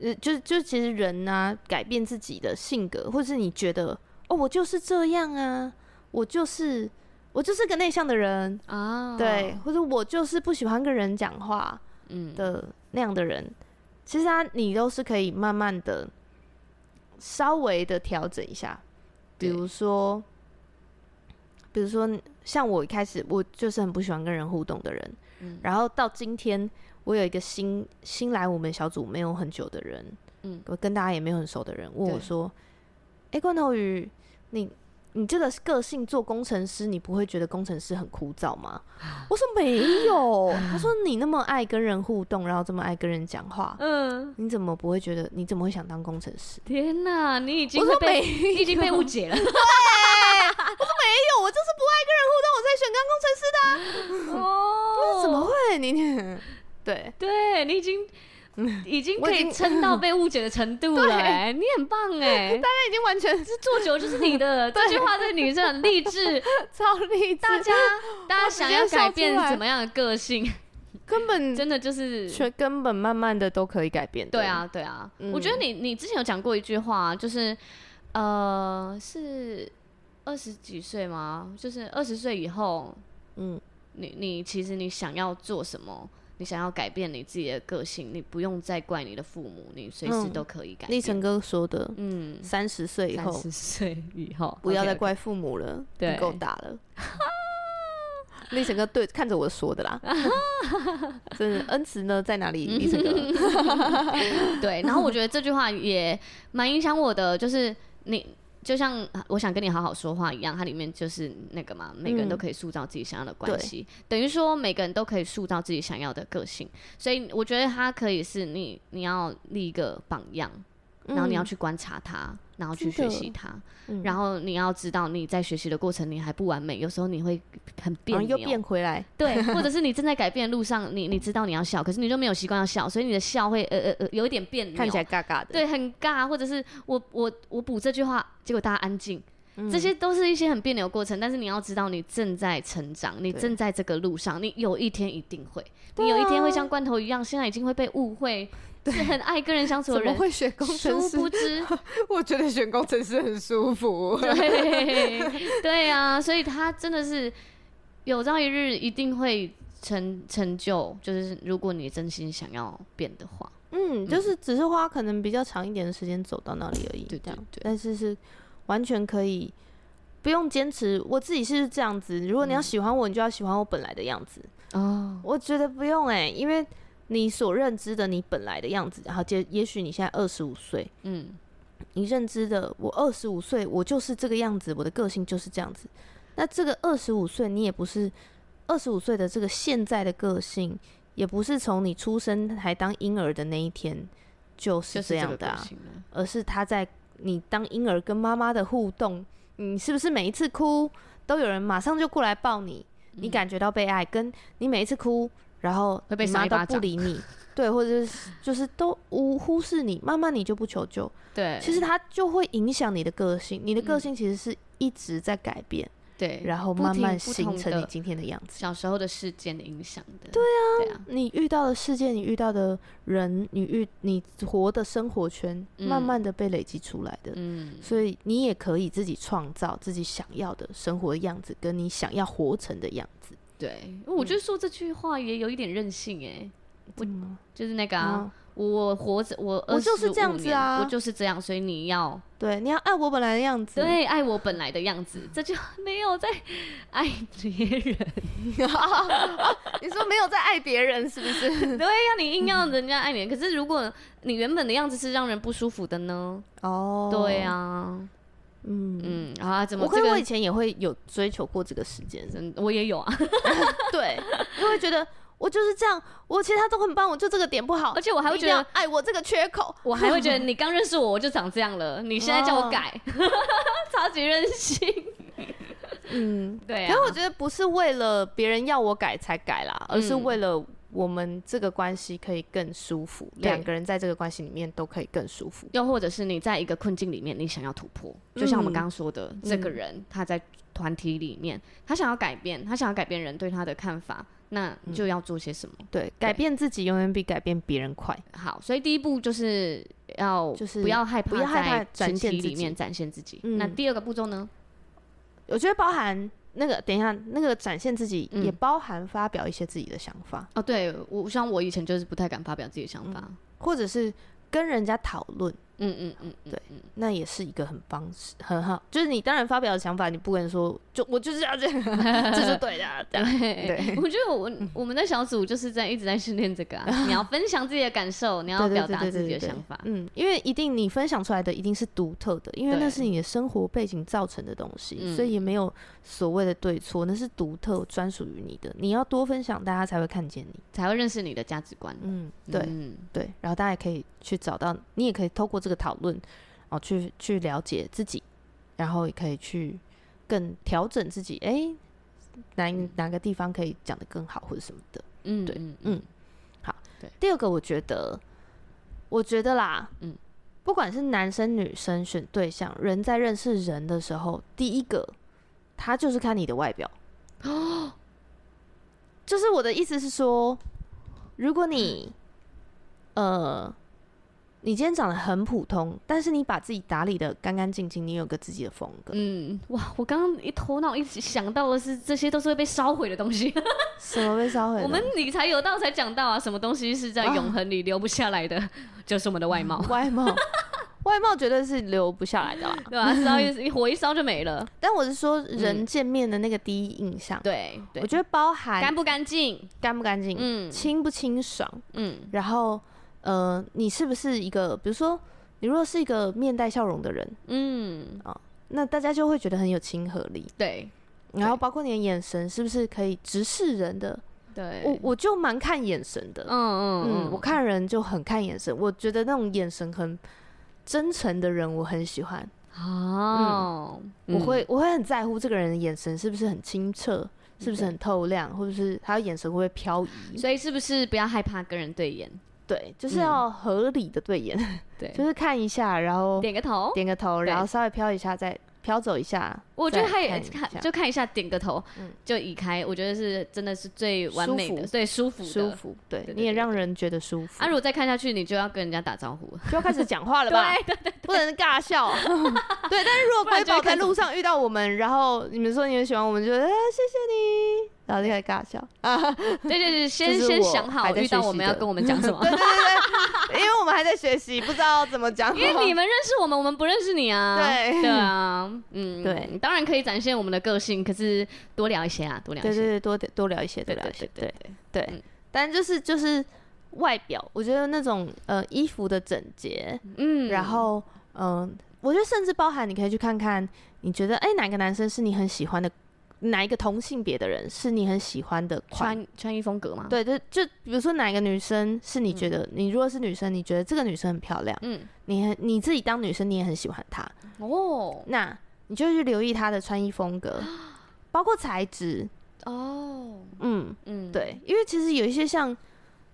Speaker 1: 呃，就就其实人呢、改变自己的性格，或是你觉得哦，我就是这样啊，我就是我就是个内向的人，
Speaker 2: 啊，
Speaker 1: 对，，或者我就是不喜欢跟人讲话
Speaker 2: 嗯，
Speaker 1: 的那样的人，其实他你都是可以慢慢的稍微的调整一下，比
Speaker 2: 对
Speaker 1: 如说，比如说像我一开始我就是很不喜欢跟人互动的人，
Speaker 2: 嗯
Speaker 1: 然后到今天我有一个新新来我们小组没有很久的人，
Speaker 2: 嗯
Speaker 1: 我跟大家也没有很熟的人问我
Speaker 2: 对
Speaker 1: 说：“哎、罐头鱼，你你这个个性做工程师，你不会觉得工程师很枯燥吗？”我说没有，他说你那么爱跟人互动，然后这么爱跟人讲话，
Speaker 2: 嗯，
Speaker 1: 你怎么不会觉得你怎么会想当工程师？
Speaker 2: 天哪，你已经
Speaker 1: 我说
Speaker 2: 会被你已经被误解 了，
Speaker 1: 没有，哎我就是不爱跟人互动，我才选当工程师的。
Speaker 2: 哦
Speaker 1: 怎么？会你你？ 对，
Speaker 2: 对你已经。嗯已经
Speaker 1: 我
Speaker 2: 可
Speaker 1: 已经
Speaker 2: 以撑到被误解的程度了、哎，你很棒哎、
Speaker 1: 他已经完全是
Speaker 2: 做久就是你的，这句话对女生很励 志，
Speaker 1: 超励志，
Speaker 2: 大家大家想要改变什么样的个性，
Speaker 1: 根本
Speaker 2: 真的就是
Speaker 1: 全根本慢慢的都可以改变。
Speaker 2: 对，啊对啊。
Speaker 1: 嗯
Speaker 2: 我觉得你你之前有讲过一句话，啊就是呃是二十几岁吗？就是二十岁以后，
Speaker 1: 嗯，
Speaker 2: 你你其实你想要做什么？你想要改变你自己的个性，你不用再怪你的父母，你随时
Speaker 1: 嗯
Speaker 2: 都可以改
Speaker 1: 立成
Speaker 2: 变。
Speaker 1: 哥说的，
Speaker 2: 嗯，
Speaker 1: 三十岁以
Speaker 2: 三
Speaker 1: 后
Speaker 2: 十岁以后
Speaker 1: 不要再
Speaker 2: OK，OK
Speaker 1: 怪父母了，
Speaker 2: 对
Speaker 1: 你够大了。 立成哥对看着我说的啦， 真的恩慈呢在哪里？
Speaker 2: 嗯
Speaker 1: 立成哥，
Speaker 2: 对，然后我觉得这句话也蛮影响我的，就是你就像啊我想跟你好好说话一样，它里面就是那个嘛，每
Speaker 1: 嗯
Speaker 2: 个人都可以塑造自己想要的关系，等于说每个人都可以塑造自己想要的个性，所以我觉得它可以是你你要立一个榜样， 然后你要去观察它，然后去
Speaker 1: 嗯真
Speaker 2: 学
Speaker 1: 的
Speaker 2: 习它，
Speaker 1: 嗯，
Speaker 2: 然后你要知道你在学习的过程你还不完美，有时候你会很别
Speaker 1: 然后
Speaker 2: 扭，
Speaker 1: 又变回来，
Speaker 2: 对，或者是你正在改变的路上，你你知道你要笑，可是你就没有习惯要笑，所以你的笑会呃呃呃有一点别扭，
Speaker 1: 看起来尬尬的。
Speaker 2: 对很尬，或者是我我我补这句话，结果大家安静，
Speaker 1: 嗯，
Speaker 2: 这些都是一些很别扭的过程。但是你要知道，你正在成长，你
Speaker 1: 对
Speaker 2: 正在这个路上，你有一天一定会，
Speaker 1: 对
Speaker 2: 你有一天
Speaker 1: 啊
Speaker 2: 会像罐头一样，现在已经会被误会，是很爱跟人相处的
Speaker 1: 怎么
Speaker 2: 人。
Speaker 1: 会选工程
Speaker 2: 殊
Speaker 1: 师？
Speaker 2: 不知，
Speaker 1: 我觉得选工程师很舒服。
Speaker 2: 对对啊，所以他真的是有朝一日一定会成成就，就是如果你真心想要变的话，
Speaker 1: 嗯，就是只是花可能比较长一点的时间走到那里而已，
Speaker 2: 对
Speaker 1: 这样
Speaker 2: 对对
Speaker 1: 但是是完全可以不用坚持。我自己是这样子，如果你
Speaker 2: 嗯
Speaker 1: 要喜欢我，你就要喜欢我本来的样子。
Speaker 2: 哦，
Speaker 1: 我觉得不用哎、因为你所认知的你本来的样子，然后接也许你现在二十五岁，
Speaker 2: 嗯，
Speaker 1: 你认知的我二十五岁，我就是这个样子，我的个性就是这样子。那这个二十五岁，你也不是二十五岁的这个现在的个性，也不是从你出生还当婴儿的那一天就是
Speaker 2: 就是
Speaker 1: 这
Speaker 2: 这个
Speaker 1: 样的
Speaker 2: 个
Speaker 1: 啊，
Speaker 2: 性啊。
Speaker 1: 而是他在你当婴儿跟妈妈的互动，你是不是每一次哭都有人马上就过来抱你？你
Speaker 2: 嗯
Speaker 1: 感觉到被爱，跟你每一次哭，然后
Speaker 2: 会被
Speaker 1: 你
Speaker 2: 赏
Speaker 1: 妈
Speaker 2: 一
Speaker 1: 都
Speaker 2: 巴
Speaker 1: 不
Speaker 2: 掌
Speaker 1: 理你，对，或者是就是都无忽视你，慢慢你就不求救，
Speaker 2: 对，
Speaker 1: 其实它就会影响你的个性，你的个
Speaker 2: 哎嗯
Speaker 1: 性其实是一直在改变，
Speaker 2: 对，
Speaker 1: 然后
Speaker 2: 不
Speaker 1: 慢
Speaker 2: 停
Speaker 1: 慢
Speaker 2: 不
Speaker 1: 形
Speaker 2: 同
Speaker 1: 成你
Speaker 2: 的
Speaker 1: 今天的样子。
Speaker 2: 小时候的事件的影响的。对啊，对啊，
Speaker 1: 你遇到的事件，你遇到的人，你遇你活的生活圈，慢
Speaker 2: 嗯
Speaker 1: 慢的被累积出来的。
Speaker 2: 嗯，
Speaker 1: 所以你也可以自己创造自己想要的生活样子，跟你想要活成的样子。
Speaker 2: 对，嗯我觉得说这句话也有一点任性哎、
Speaker 1: 不
Speaker 2: 就是那个
Speaker 1: 嗯
Speaker 2: 啊，我活着，我
Speaker 1: 我就是
Speaker 2: 25
Speaker 1: 这样子
Speaker 2: 年
Speaker 1: 啊
Speaker 2: 我就是这样，所以你要
Speaker 1: 对，你要爱我本来的样子。
Speaker 2: 对爱我本来的样子，这就 没有在爱别人。
Speaker 1: 啊你说没有在爱别人是不是？
Speaker 2: 对呀、你硬要人家爱你，可是如果你原本的样子是让人不舒服的呢？
Speaker 1: 哦
Speaker 2: 对，啊，
Speaker 1: 嗯嗯。
Speaker 2: 嗯啊，怎么
Speaker 1: 我
Speaker 2: 这
Speaker 1: 跟我
Speaker 2: 个
Speaker 1: 以？前也会有追求过这个时间，
Speaker 2: 嗯我也有啊，
Speaker 1: 对，因为觉得我就是这样，我其他都很棒，我就这个点不好，
Speaker 2: 而且我还会
Speaker 1: 你一定
Speaker 2: 觉
Speaker 1: 要
Speaker 2: 得
Speaker 1: 爱我这个缺口。
Speaker 2: 我还会觉得你刚认识我，我就长这样了，你现在叫 我改，超级任性。
Speaker 1: 嗯，
Speaker 2: 对啊，
Speaker 1: 可是我觉得不是为了别人要我改才改啦，而是
Speaker 2: 嗯
Speaker 1: 为了我们这个关系可以更舒服，
Speaker 2: 对
Speaker 1: 两个人在这个关系里面都可以更舒服。
Speaker 2: 又或者是你在一个困境里面，你想要突破，就像我们
Speaker 1: 嗯
Speaker 2: 刚刚说的，这个
Speaker 1: 嗯
Speaker 2: 人他在团体里面，他想要改变，他想要改变人对他的看法，那就要做些什么？
Speaker 1: 对，改变自己永远比改变别人快。
Speaker 2: 好，所以第一步就是要
Speaker 1: 就是
Speaker 2: 不要害
Speaker 1: 不要害怕
Speaker 2: 怕在
Speaker 1: 展
Speaker 2: 群
Speaker 1: 现
Speaker 2: 体
Speaker 1: 自
Speaker 2: 里面
Speaker 1: 己
Speaker 2: 展现自己。
Speaker 1: 嗯
Speaker 2: 那第二个步骤呢？
Speaker 1: 我觉得包含那个，等一下那个展现自己，
Speaker 2: 嗯
Speaker 1: 也包含发表一些自己的想法，
Speaker 2: 哦，对我像我以前就是不太敢发表自己的想法，
Speaker 1: 或者是跟人家讨论，
Speaker 2: 嗯嗯嗯嗯，
Speaker 1: 对
Speaker 2: 嗯
Speaker 1: 那也是一个很方式很好。就是你当然发表的想法，你不能说就我就是要这样， 这就对的啊，这样
Speaker 2: 对，我觉得我我们在小组就是在一直在训练这个、 啊，你要分享自己的感受，你要
Speaker 1: 对对
Speaker 2: 表
Speaker 1: 对
Speaker 2: 达
Speaker 1: 对
Speaker 2: 自己
Speaker 1: 对
Speaker 2: 的
Speaker 1: 对
Speaker 2: 想法，
Speaker 1: 嗯，因为一定你分享出来的一定是独特的，因为那
Speaker 2: 对
Speaker 1: 是你的生活背景造成的东西，所以
Speaker 2: 嗯
Speaker 1: 也没有所谓的对错，那是独特专属于你的。你要多分享，大家才会看见你。
Speaker 2: 才会认识你的价值观。
Speaker 1: 嗯，对
Speaker 2: 嗯
Speaker 1: 对，然后大家也可以去找到，你也可以透过这个讨论哦，去去了解自己，然后也可以去更调整自己，哎、哪一哪个地方可以讲得更好或者什么的。
Speaker 2: 嗯，
Speaker 1: 对
Speaker 2: 嗯
Speaker 1: 嗯
Speaker 2: 嗯，
Speaker 1: 第二个，我觉得，我觉得啦，嗯
Speaker 2: 嗯，
Speaker 1: 不管是男生女生选对象，人在认识人的时候，第一个他就是看你的外表。
Speaker 2: 哦
Speaker 1: 就是我的意思是说，如果你，呃，你今天长得很普通，但是你把自己打理的干干净净，你有个自己的风格，
Speaker 2: 嗯，哇！我刚刚一头脑一直想到的是，这些都是会被烧毁的东西。
Speaker 1: 什么被烧毁了？
Speaker 2: 我们理财有道才讲到啊，什么东西是在永恒里留不下 来的，就是我们的外貌，
Speaker 1: 外貌，外貌绝对是留不下来的 啦。
Speaker 2: 对吧、烧一火一烧就没了。
Speaker 1: 但我是说，人
Speaker 2: 嗯
Speaker 1: 见面的那个第一印象，
Speaker 2: 对对，
Speaker 1: 我觉得包含
Speaker 2: 干不干净？
Speaker 1: 干不干净，
Speaker 2: 嗯
Speaker 1: 清不清爽，
Speaker 2: 嗯
Speaker 1: 然后呃，你是不是一个，比如说你如果是一个面带笑容的人，
Speaker 2: 嗯，
Speaker 1: 那大家就会觉得很有亲和力。
Speaker 2: 对
Speaker 1: 然后包括你的眼神是不是可以直视人的？
Speaker 2: 对，
Speaker 1: 我我就蛮看眼神的，
Speaker 2: 嗯嗯
Speaker 1: 嗯，
Speaker 2: 嗯，
Speaker 1: 我看人就很看眼神，我觉得那种眼神很真诚的人，我很喜欢。
Speaker 2: 哦，
Speaker 1: 嗯我会我会很在乎这个人的眼神是不是很清澈，是不是
Speaker 2: 对
Speaker 1: 很透亮，或者是他的眼神会不会飘
Speaker 2: 嗯，
Speaker 1: 移？
Speaker 2: 所以是不是不要害怕跟人对眼？
Speaker 1: 对，就是
Speaker 2: 嗯
Speaker 1: 要合理的对眼，
Speaker 2: 对，
Speaker 1: 就是看一下，然后
Speaker 2: 点个头。
Speaker 1: 点个头，
Speaker 2: 对
Speaker 1: 然后稍微飘一下，再飘走一下。
Speaker 2: 我觉得
Speaker 1: 再
Speaker 2: 他也
Speaker 1: 看一下
Speaker 2: 看就看一下，点个头
Speaker 1: 嗯
Speaker 2: 就移开。我觉得是真的是最完美
Speaker 1: 舒
Speaker 2: 的，
Speaker 1: 服
Speaker 2: 最舒服的。
Speaker 1: 舒服，对
Speaker 2: 对，对
Speaker 1: 你也
Speaker 2: 对
Speaker 1: 让人觉得舒服
Speaker 2: 啊，。如果再看下去，你就要跟人家打招 呼了。
Speaker 1: 就要开始讲话了吧？
Speaker 2: 对
Speaker 1: 不能尬笑。 对，但是如果
Speaker 2: 不然
Speaker 1: 瑰
Speaker 2: 就会
Speaker 1: 宝在
Speaker 2: 开始
Speaker 1: 路上遇到我们，然后你们说你们喜欢我们，就觉得啊谢谢你，然后就开始尬 笑啊。
Speaker 2: 对对对，
Speaker 1: 这
Speaker 2: 先
Speaker 1: 是
Speaker 2: 先
Speaker 1: 我
Speaker 2: 想
Speaker 1: 还
Speaker 2: 好
Speaker 1: 在
Speaker 2: 遇到
Speaker 1: 学
Speaker 2: 我
Speaker 1: 习
Speaker 2: 们要
Speaker 1: 的
Speaker 2: 跟我们讲什
Speaker 1: 对
Speaker 2: 么，
Speaker 1: 对对对，因为我们还在学习，不知道怎么讲。
Speaker 2: 因 为你们认识我们，我们不认识你啊。
Speaker 1: 对
Speaker 2: 对啊，嗯，
Speaker 1: 对，
Speaker 2: 当然可以展现我们的个性，可是多聊一些啊，多聊
Speaker 1: 对
Speaker 2: 一
Speaker 1: 对
Speaker 2: 些。
Speaker 1: 对，多多聊一些，多
Speaker 2: 对
Speaker 1: 聊一些
Speaker 2: 对，
Speaker 1: 对
Speaker 2: 对。对，
Speaker 1: 对
Speaker 2: 嗯，
Speaker 1: 但就是就是外表，我觉得那种呃衣服的整洁，
Speaker 2: 嗯
Speaker 1: 然后呃嗯、我觉得甚至包含你可以去看看，你觉得哎、哪个男生是你很喜欢的哪一个同性别的人是你很喜欢的款？
Speaker 2: 穿啊穿衣风格嘛。，
Speaker 1: 对，就就比如说哪一个女生是你觉得、你如果是女生，你觉得这个女生很漂亮，
Speaker 2: 嗯，
Speaker 1: 你很你自己当女生你也很喜欢她，
Speaker 2: 哦
Speaker 1: 那你就去留意她的穿衣风 格，包括材质，
Speaker 2: 哦，
Speaker 1: 嗯，
Speaker 2: 嗯，
Speaker 1: 对，因为其实有一些像，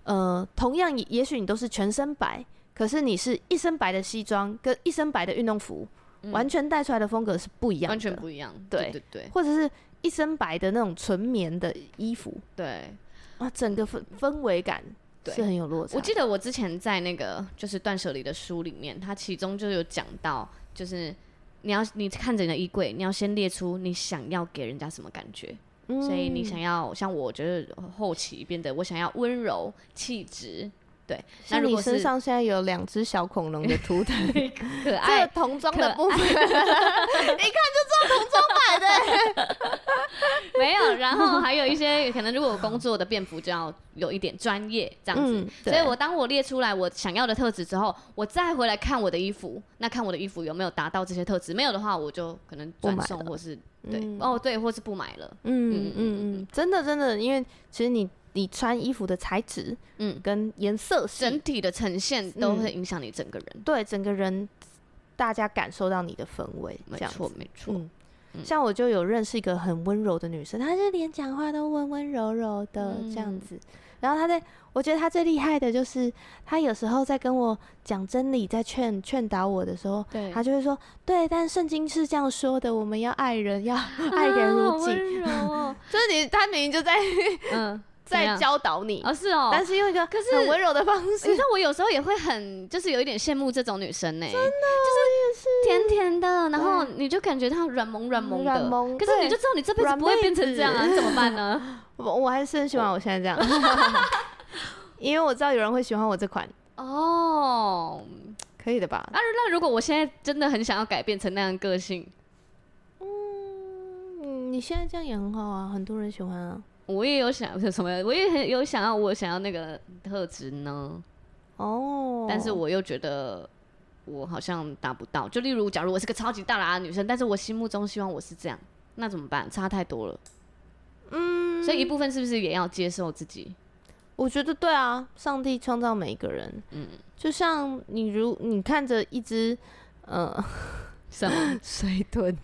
Speaker 1: 呃，同样也也许你都是全身白，可是你是一身白的西装跟一身白的运动服，
Speaker 2: 嗯，
Speaker 1: 完全带出来的风格是不一样的，
Speaker 2: 完全不一样。
Speaker 1: 对
Speaker 2: 对对
Speaker 1: 或者是一身白的那种纯棉的衣服
Speaker 2: 对。
Speaker 1: 啊，整个氛氛围感
Speaker 2: 对
Speaker 1: 是很有落差。
Speaker 2: 我记得我之前在那个就是断舍离的书里面，它其中就有讲到，就是你要你看着你的衣柜，你要先列出你想要给人家什么感觉。
Speaker 1: 嗯，
Speaker 2: 所以你想要像我觉得后期变得，我想要温柔气质，对。那
Speaker 1: 像
Speaker 2: 如
Speaker 1: 你
Speaker 2: 果
Speaker 1: 身
Speaker 2: 是
Speaker 1: 上现在有两只小恐龙的图腾，
Speaker 2: 可
Speaker 1: 这个
Speaker 2: 爱，
Speaker 1: 童装
Speaker 2: 可
Speaker 1: 的
Speaker 2: 爱
Speaker 1: 部分，一看就知道童装买的。
Speaker 2: 没有，然后还有一些可能如果有工作的便服就要有一点专业这样子。
Speaker 1: 嗯
Speaker 2: 所以我当我列出来我想要的特质之后，我再回来看我的衣服，那看我的衣服有没有达到这些特质，没有的话我就可能
Speaker 1: 不
Speaker 2: 转
Speaker 1: 买
Speaker 2: 送
Speaker 1: 了
Speaker 2: 或是对、
Speaker 1: 嗯
Speaker 2: 哦对，或是不买了，
Speaker 1: 嗯
Speaker 2: 嗯
Speaker 1: 嗯
Speaker 2: 嗯
Speaker 1: 嗯，真的真的，因为其实你你穿衣服的材质
Speaker 2: 嗯，
Speaker 1: 跟颜色是
Speaker 2: 整体的呈现都
Speaker 1: 嗯
Speaker 2: 会影响你整个人，
Speaker 1: 对整个人，大家感受到你的氛围，
Speaker 2: 没
Speaker 1: 这样
Speaker 2: 错
Speaker 1: 子。
Speaker 2: 没错，
Speaker 1: 嗯，
Speaker 2: 嗯
Speaker 1: 像我就有认识一个很温柔的女生，她是连讲话都温温柔柔的这样
Speaker 2: 嗯
Speaker 1: 子。然后她在，我觉得她最厉害的就是，她有时候在跟我讲真理，在劝劝导我的时候，
Speaker 2: 对，
Speaker 1: 她就会说：“对，但圣经是这样说的，我们要爱人，要 爱
Speaker 2: 啊
Speaker 1: 人
Speaker 2: 好
Speaker 1: 如己。
Speaker 2: 温柔 哦，
Speaker 1: 就是你，她明明就 在
Speaker 2: 嗯，怎
Speaker 1: 在
Speaker 2: 样
Speaker 1: 教导你，
Speaker 2: 哦是哦，
Speaker 1: 但是用哎一个
Speaker 2: 可
Speaker 1: 很
Speaker 2: 是
Speaker 1: 温柔的方式
Speaker 2: 你知。道我有时候也会很，就是有一点羡慕这种女生呢、就是甜甜的，然后你就感觉她软萌软萌
Speaker 1: 软
Speaker 2: 的，
Speaker 1: 萌
Speaker 2: 可是你
Speaker 1: 对
Speaker 2: 就知道你这辈子不会变成这样啊，
Speaker 1: 软妹
Speaker 2: 你
Speaker 1: 子
Speaker 2: 怎么办呢？
Speaker 1: 我我还是很喜欢我现在这样， 因为我知道有人会喜欢我这款，
Speaker 2: 哦，
Speaker 1: 可以的吧？
Speaker 2: 啊，那如果我现在真的很想要改变成那样个性，
Speaker 1: 嗯，你现在这样也很好啊，很多人喜欢啊。
Speaker 2: 我也有想什么， 我也很有想要我想要那个特质呢，
Speaker 1: 哦，
Speaker 2: 但是我又觉得。我好像达不到，就例如，假如我是个超级大啦啦的女生，但是我心目中希望我是这样，那怎么办？差太多了，
Speaker 1: 嗯，
Speaker 2: 所以一部分是不是也要接受自己？
Speaker 1: 我觉得对啊，上帝创造每一个人，嗯
Speaker 2: 嗯，
Speaker 1: 就像你如你看着一只呃
Speaker 2: 什么？
Speaker 1: 水豚，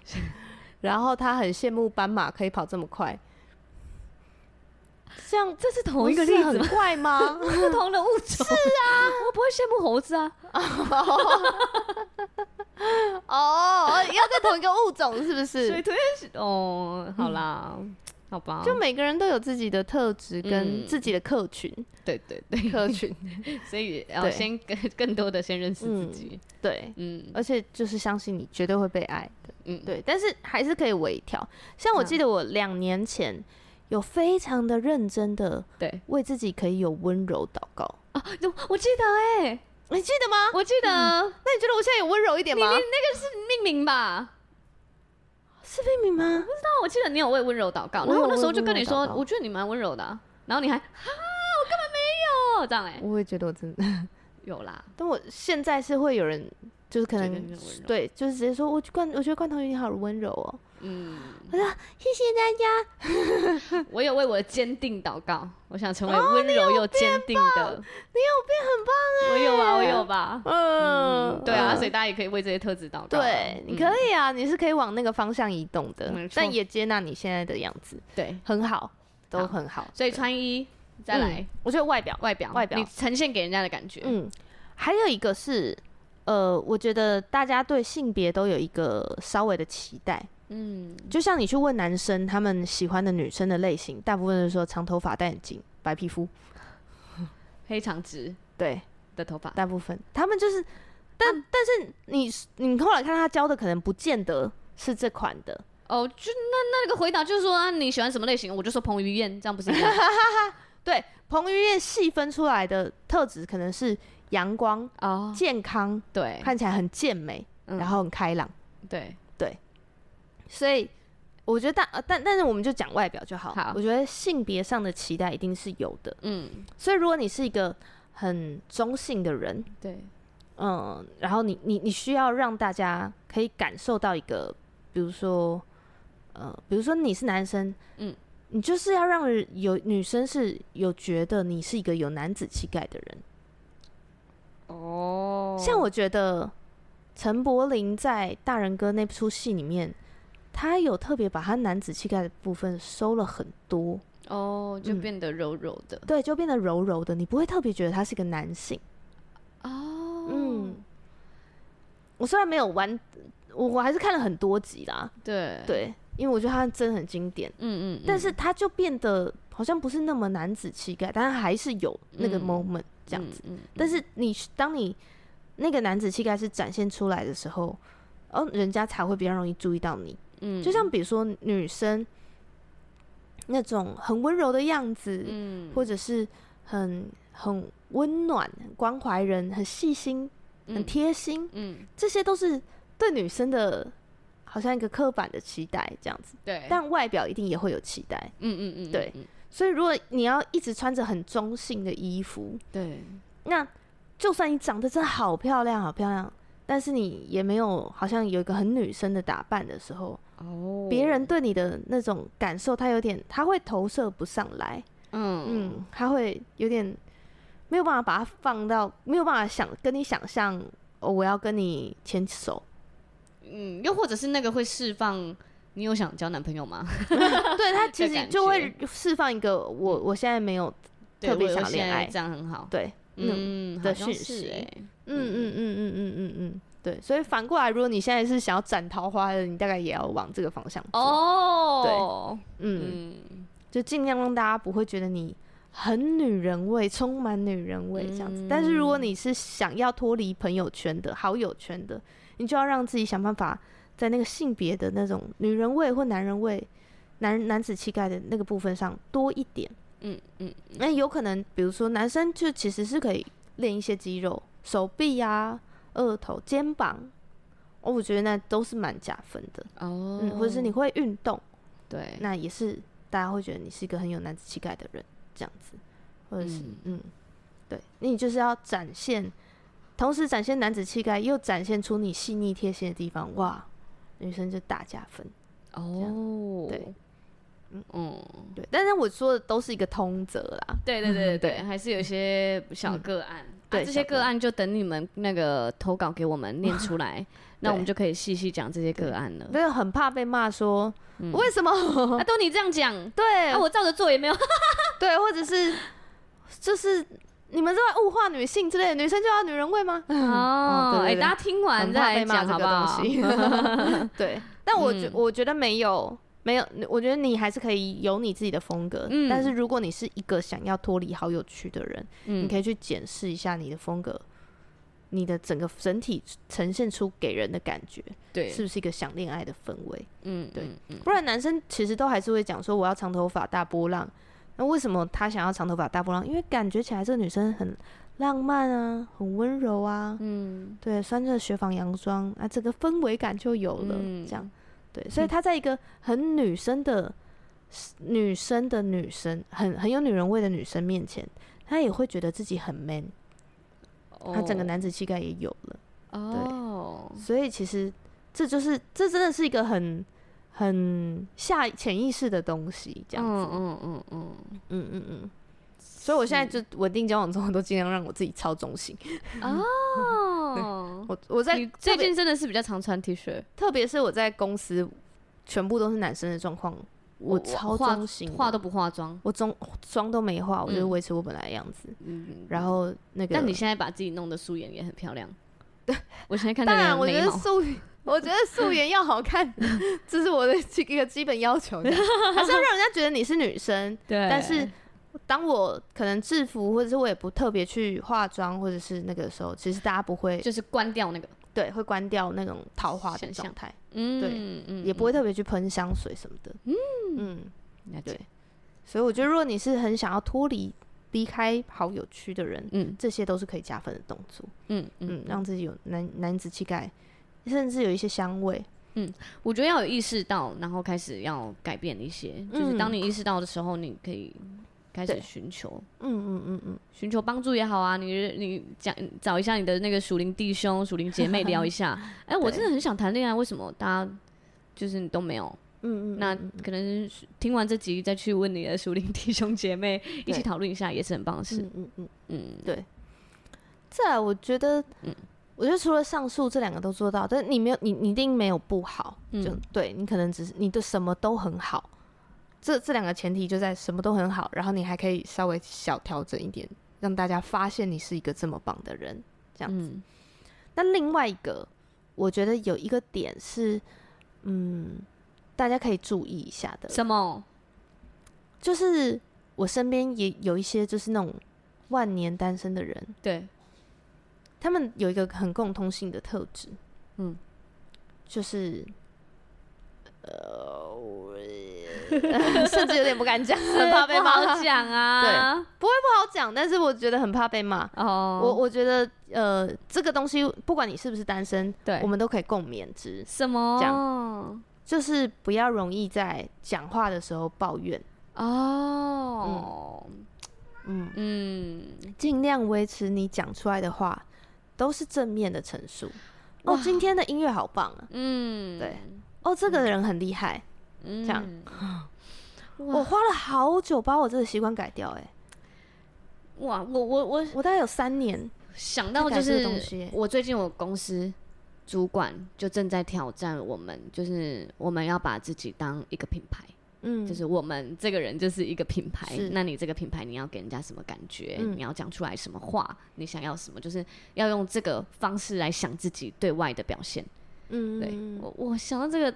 Speaker 1: 然后他很羡慕斑马可以跑这么快，这样
Speaker 2: 这是
Speaker 1: 不
Speaker 2: 同一 个
Speaker 1: 是
Speaker 2: 例子
Speaker 1: 很
Speaker 2: 吗？
Speaker 1: 怪吗？
Speaker 2: 不同的物种。是啊，我不会羡慕猴子啊。
Speaker 1: 哦，要在同一个物种是不是？
Speaker 2: 水豚也是哦，好啦，好吧。
Speaker 1: 就每个人都有自己的特质跟
Speaker 2: 嗯
Speaker 1: 自己的客群，
Speaker 2: 对对对，
Speaker 1: 客群
Speaker 2: 所以要
Speaker 1: 对
Speaker 2: 先更更多的先认识自己。
Speaker 1: 对，
Speaker 2: 嗯
Speaker 1: 而且就是相信你绝对会被爱的，
Speaker 2: 嗯，
Speaker 1: 对，但是还是可以微调。像我
Speaker 2: 嗯
Speaker 1: 记得我两年前有非常的认真的
Speaker 2: 对。
Speaker 1: 为自己可以有温柔祷告，
Speaker 2: 哦，我记得哎，
Speaker 1: 你记得吗？
Speaker 2: 我记得
Speaker 1: 那你觉得我现在有温柔一点
Speaker 2: 你你
Speaker 1: 吗
Speaker 2: 那？个是命名吧？
Speaker 1: 是命名吗？
Speaker 2: 那我记得你有为温柔祷告，
Speaker 1: 我有
Speaker 2: 然后我那时候就跟
Speaker 1: 为
Speaker 2: 你
Speaker 1: 温柔
Speaker 2: 说
Speaker 1: 祷告，
Speaker 2: 我觉得你蛮温柔的啊，然后你还哈，我根本没有这样哎，
Speaker 1: 我也觉得我真的，
Speaker 2: 有啦，
Speaker 1: 但我现在是会有人就是可
Speaker 2: 觉得
Speaker 1: 能
Speaker 2: 你很温柔
Speaker 1: 对，就是直接说我罐，我觉得罐头鱼你好温柔哦，
Speaker 2: 嗯，
Speaker 1: 谢谢大家。
Speaker 2: 我有为我的坚定祷告，我想成为
Speaker 1: 哦
Speaker 2: 温柔又坚定的。你有变很棒哎！我有吧，我有吧。
Speaker 1: 欸嗯
Speaker 2: 嗯，对啊，所以
Speaker 1: 以
Speaker 2: 大家也可以为这些特质祷告。
Speaker 1: 对，你可
Speaker 2: 嗯
Speaker 1: 以啊，你是可以往那个方向移动的
Speaker 2: 没，错
Speaker 1: 但也接纳你现在的样子，
Speaker 2: 对，
Speaker 1: 很好，都
Speaker 2: 好
Speaker 1: 很好。
Speaker 2: 所以穿衣再来
Speaker 1: 嗯，我觉得外表，
Speaker 2: 外表，
Speaker 1: 外表
Speaker 2: 你呈现给人家的感觉。
Speaker 1: 嗯，还有一个是，呃，我觉得大家对性别都有一个稍微的期待，
Speaker 2: 嗯，
Speaker 1: 就像你去问男生他们喜欢的女生的类型，大部分是说长头发、戴眼镜、白皮肤，
Speaker 2: 黑长直
Speaker 1: 对，
Speaker 2: 的头发，
Speaker 1: 大部分他们
Speaker 2: 啊
Speaker 1: 就是，但、但是你你后来看他教的，可能不见得是这款的。
Speaker 2: 哦，就那那个回答就是说啊你喜欢什么类型，我就说彭于晏，这样不是一样
Speaker 1: 对，彭于晏细分出来的特质可能是阳光、
Speaker 2: 哦？
Speaker 1: 健康，
Speaker 2: 对，
Speaker 1: 看起来很健美，
Speaker 2: 嗯
Speaker 1: 然后很开朗。
Speaker 2: 对，
Speaker 1: 所以我觉得大，呃但但是我们就讲外表就好。
Speaker 2: 好
Speaker 1: 我觉得性别上的期待一定是有的。
Speaker 2: 嗯，
Speaker 1: 所以如果你是一个很中性的人，
Speaker 2: 对，
Speaker 1: 嗯，然后你你你需要让大家可以感受到一个，比如说呃，比如说你是男生，
Speaker 2: 嗯，
Speaker 1: 你就是要让人有女生是有觉得你是一个有男子气概的人。
Speaker 2: 哦
Speaker 1: 像我觉得陈柏霖在《大人哥》那出戏里面，他有特别把他男子气概的部分收了很多，
Speaker 2: 哦，就
Speaker 1: 嗯
Speaker 2: 变得柔柔的
Speaker 1: 对，就变得柔柔的，你不会特别觉得他是个男性。
Speaker 2: 哦，
Speaker 1: 嗯，我虽然没有玩，我我还是看了很多集啦，
Speaker 2: 对，
Speaker 1: 对，因为我觉得他真的很经典，
Speaker 2: 嗯嗯，
Speaker 1: 但
Speaker 2: 嗯
Speaker 1: 是他就变得好像不是那么男子气概，但是还是有那个
Speaker 2: 嗯
Speaker 1: moment 这样子。，
Speaker 2: 嗯嗯
Speaker 1: 但是你当你那个男子气概是展现出来的时候，哦，人家才会比较容易注意到你。
Speaker 2: 嗯，
Speaker 1: 就像比如说女生那种很温柔的样子，
Speaker 2: 嗯
Speaker 1: 或者是很很温暖、很关怀人、很细心、很
Speaker 2: 嗯
Speaker 1: 贴心，
Speaker 2: 嗯，
Speaker 1: 这些都是对女生的好像一个刻板的期待这样子。
Speaker 2: 嗯对，
Speaker 1: 但外表一定也会有期待，
Speaker 2: 嗯嗯嗯，
Speaker 1: 对
Speaker 2: 嗯，嗯
Speaker 1: 所以如果你要一直穿着很中性的衣服，
Speaker 2: 对，
Speaker 1: 那就算你长得真的好漂亮，好漂亮，但是你也没有好像有一个很女生的打扮的时候，
Speaker 2: 哦，
Speaker 1: 别人对你的那种感受，他有点他会投射不上来，
Speaker 2: 嗯
Speaker 1: 嗯，他会有点没有办法把它放到，没有办法想跟你想象，哦，我要跟你牵手，
Speaker 2: 嗯，又或者是那个会释放，你有想交男朋友 吗？
Speaker 1: 对他其
Speaker 2: 的
Speaker 1: 实
Speaker 2: 感
Speaker 1: 就会
Speaker 2: 觉
Speaker 1: 释放一个我我现在没有
Speaker 2: 对
Speaker 1: 特别
Speaker 2: 我
Speaker 1: 想
Speaker 2: 现
Speaker 1: 恋
Speaker 2: 在
Speaker 1: 爱
Speaker 2: 这样很好。
Speaker 1: 对，嗯
Speaker 2: 嗯，
Speaker 1: 的
Speaker 2: 好像
Speaker 1: 讯
Speaker 2: 是
Speaker 1: 息
Speaker 2: 哎，
Speaker 1: 嗯嗯嗯嗯嗯嗯嗯，对，所以反过来，如果你现在是想要斩桃花的，你大概也要往这个方向走。
Speaker 2: 哦，
Speaker 1: 嗯，
Speaker 2: 嗯，
Speaker 1: 就尽量让大家不会觉得你很女人味，充满女人味这样子。
Speaker 2: 嗯
Speaker 1: 但是如果你是想要脱离朋友圈的好友圈的，你就要让自己想办法在那个性别的那种女人味或男人味、男男子气概的那个部分上多一点。
Speaker 2: 嗯嗯
Speaker 1: 那有可能，比如说男生就其实是可以练一些肌肉，手臂呀、额头、肩膀，哦，我觉得那都是蛮加分的。
Speaker 2: 哦，
Speaker 1: 嗯，或者是你会运动，
Speaker 2: 对，
Speaker 1: 那也是大家会觉得你是一个很有男子气概的人，这样子，或者是嗯
Speaker 2: 嗯
Speaker 1: 对，你就是要展现，同时展现男子气概，又展现出你细腻贴心的地方，哇，女生就大加分。
Speaker 2: 哦，
Speaker 1: 对，
Speaker 2: 嗯嗯，
Speaker 1: 对，但是我说的都是一个通则啦，
Speaker 2: 对对对对，
Speaker 1: 对
Speaker 2: 还是有一些小个案。
Speaker 1: 嗯对
Speaker 2: 啊，这些
Speaker 1: 小个
Speaker 2: 个案就等你们那个投稿给我们念 出来，那我们
Speaker 1: 对
Speaker 2: 就可以细细讲这些个案了。
Speaker 1: 因为很怕被骂说、
Speaker 2: 嗯
Speaker 1: 为什么。
Speaker 2: 啊，都你这样讲，
Speaker 1: 对，
Speaker 2: 啊，我照着做 也没有。
Speaker 1: 对，或者是就是你们这在物化女性之类的，女生就要女人味吗？嗯
Speaker 2: 哦，
Speaker 1: 对对
Speaker 2: 哎，
Speaker 1: 对
Speaker 2: 大家听完
Speaker 1: 很怕
Speaker 2: 再来
Speaker 1: 被骂
Speaker 2: 讲
Speaker 1: 这
Speaker 2: 好不
Speaker 1: 个
Speaker 2: 好
Speaker 1: 东？ 西。 对，但我觉、
Speaker 2: 嗯
Speaker 1: 我觉得没有没有，我觉得你还是可以有你自己的风格。
Speaker 2: 嗯
Speaker 1: 但是如果你是一个想要脱离好友区的人，
Speaker 2: 嗯
Speaker 1: 你可以去检视一下你的风格。你的整个整体呈现出给人的感觉，
Speaker 2: 对，
Speaker 1: 是不是一个想恋爱的氛围？
Speaker 2: 嗯，
Speaker 1: 对
Speaker 2: 嗯，嗯
Speaker 1: 不然男生其实都还是会讲说我要长头发大波浪。那为什么他想要长头发大波浪？因为感觉起来这个女生很浪漫啊，很温柔啊，
Speaker 2: 嗯，
Speaker 1: 对，穿着雪纺洋装啊，这个氛围感就有了。
Speaker 2: 嗯
Speaker 1: 这样，对，所以他在一个很女生的、女生的女生，很很有女人味的女生面前，他也会觉得自己很 man，他整个
Speaker 2: 哦
Speaker 1: 男子气概也有了。
Speaker 2: 哦，
Speaker 1: 所以其实这就是这真的是一个很很下潜意识的东西，这样子。
Speaker 2: 嗯嗯嗯嗯
Speaker 1: 嗯嗯嗯。所以我现在就稳定交往中，我都尽量让我自己超中性。
Speaker 2: 哦，
Speaker 1: 我我在
Speaker 2: 你
Speaker 1: 特
Speaker 2: 最
Speaker 1: 别
Speaker 2: 近真的是比较常穿 T 恤，
Speaker 1: 特别是我在公司全部都是男生的状况，我超
Speaker 2: 化
Speaker 1: 中性的，
Speaker 2: 化都不化妆，
Speaker 1: 我妆妆都没化，我就
Speaker 2: 嗯
Speaker 1: 维持我本来的样子。
Speaker 2: 嗯，
Speaker 1: 然后那个，
Speaker 2: 但你现在把自己弄得素颜也很漂亮。 我现在看到
Speaker 1: 当
Speaker 2: 你
Speaker 1: 然，
Speaker 2: 的
Speaker 1: 我觉
Speaker 2: 眉
Speaker 1: 得
Speaker 2: 毛，
Speaker 1: 素我觉得素颜要好看， 这是我的一个基本要求，这样还是要让人家觉得你是女生。
Speaker 2: 对，
Speaker 1: 但是当我可能制服，或者是我也不特别去化妆，或者是那个时候，其实大家不会
Speaker 2: 就是关掉那个，
Speaker 1: 对会关掉那种桃花的
Speaker 2: 想象
Speaker 1: 状态，
Speaker 2: 嗯，
Speaker 1: 对
Speaker 2: 嗯，嗯
Speaker 1: 也不会，特别去喷香水什么的。嗯嗯，
Speaker 2: 了解
Speaker 1: 对所以我觉得，如果你是很想要脱离、离开好友区的人，
Speaker 2: 嗯
Speaker 1: 这些都是可以加分的动作。
Speaker 2: 嗯
Speaker 1: 嗯
Speaker 2: 嗯，，
Speaker 1: 让自己有男男子气概，甚至有一些香味。
Speaker 2: 我觉得要有意识到，然后开始要改变一些，就是当
Speaker 1: 嗯
Speaker 2: 你意识到的时候，你可以开始
Speaker 1: 对
Speaker 2: 寻求，
Speaker 1: 嗯嗯嗯嗯，
Speaker 2: 寻求帮助也好啊，你你讲找一下你的那个属灵 弟兄、属灵姐妹聊一下。哎、我真的很想谈恋爱，为什么大家就是都没有？
Speaker 1: 嗯嗯，
Speaker 2: 那
Speaker 1: 嗯
Speaker 2: 可能是听完这集再去问你的熟龄弟兄姐妹一起
Speaker 1: 对
Speaker 2: 讨论一下，也是很棒的事。
Speaker 1: 嗯嗯嗯，
Speaker 2: 嗯，
Speaker 1: 再来，我觉得，
Speaker 2: 嗯
Speaker 1: 我觉得除了上述这两个都做到，但你没有，你你一定没有不好，
Speaker 2: 嗯
Speaker 1: 就对你可能只是你的什么都很好，这这两个前提就在什么都很好，然后你还可以稍微小调整一点，让大家发现你是一个这么棒的人。这样
Speaker 2: 嗯
Speaker 1: 那另外一个，我觉得有一个点是，嗯，大家可以注意一下的，
Speaker 2: 什么？
Speaker 1: 就是我身边也有一些就是那种万年单身的人，
Speaker 2: 对，
Speaker 1: 他们有一个很共通性的特质，
Speaker 2: 嗯，
Speaker 1: 就是， 呃，甚至有点不敢讲，很怕被
Speaker 2: 不
Speaker 1: 骂。
Speaker 2: 好讲啊。
Speaker 1: 不好讲，但是我觉得很怕被骂。
Speaker 2: 哦，
Speaker 1: 我我觉得，呃，这个东西，不管你是不是单身，
Speaker 2: 对
Speaker 1: 我们都可以共勉之，
Speaker 2: 什么
Speaker 1: 这就是不要容易在讲话的时候抱怨，
Speaker 2: 哦，
Speaker 1: 嗯，
Speaker 2: 嗯，
Speaker 1: 尽量维持你讲出来的话都是正面的陈述。哦，今天的音乐好棒啊！
Speaker 2: 嗯，
Speaker 1: 对，哦，这个人很厉害，
Speaker 2: 嗯，
Speaker 1: 这样我
Speaker 2: 哇
Speaker 1: 花了好久把我这个习惯改掉、欸，哎，
Speaker 2: 哇，我我我
Speaker 1: 我大概有三年，
Speaker 2: 想到
Speaker 1: 改
Speaker 2: 就
Speaker 1: 这个
Speaker 2: 是
Speaker 1: 东西
Speaker 2: 我最近我公司主管就正在挑战我们，就是我们要把自己当一个品牌，
Speaker 1: 嗯，
Speaker 2: 就是我们这个人就是一个品牌
Speaker 1: 是。
Speaker 2: 那你这个品牌，你要给人家什么感觉？
Speaker 1: 嗯
Speaker 2: 你要讲出来什么话？你想要什么？就是要用这个方式来想自己对外的表现。
Speaker 1: 嗯，
Speaker 2: 对我，我想到这个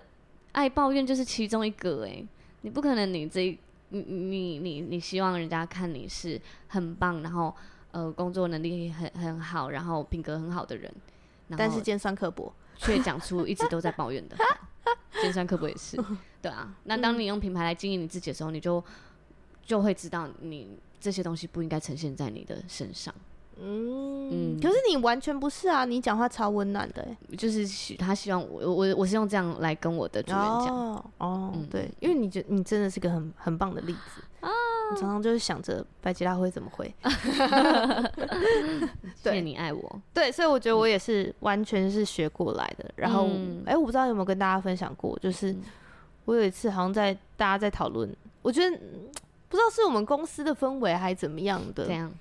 Speaker 2: 爱抱怨就是其中一个哎、你不可能你这一你你你你希望人家看你是很棒，然后呃工作能力很很好，然后品格很好的人，然
Speaker 1: 但
Speaker 2: 后
Speaker 1: 是尖酸刻薄，
Speaker 2: 却讲出一直都在抱怨 的话，尖酸刻薄也是，对啊。那当你用品牌来经营你自己的时候，你就就会知道你这些东西不应该呈现在你的身上，
Speaker 1: 嗯，
Speaker 2: 嗯
Speaker 1: 可是你完全不是啊，你讲话超温暖的、欸，
Speaker 2: 就是希他希望我我我是用这样来跟我的主人讲。
Speaker 1: 哦哦，
Speaker 2: 嗯啊
Speaker 1: 对，因为你觉你真的是个很很棒的例子你常常就是想着白吉拉会怎么会，
Speaker 2: 谢谢
Speaker 1: 对
Speaker 2: 你爱我，
Speaker 1: 对，所以我觉得我也是完全是学过来的。然后，哎、
Speaker 2: 嗯
Speaker 1: 我不知道有没有跟大家分享过，就是
Speaker 2: 嗯
Speaker 1: 我有一次好像在大家在讨论，我觉得嗯不知道是我们公司的氛围还怎么样的
Speaker 2: 这，样？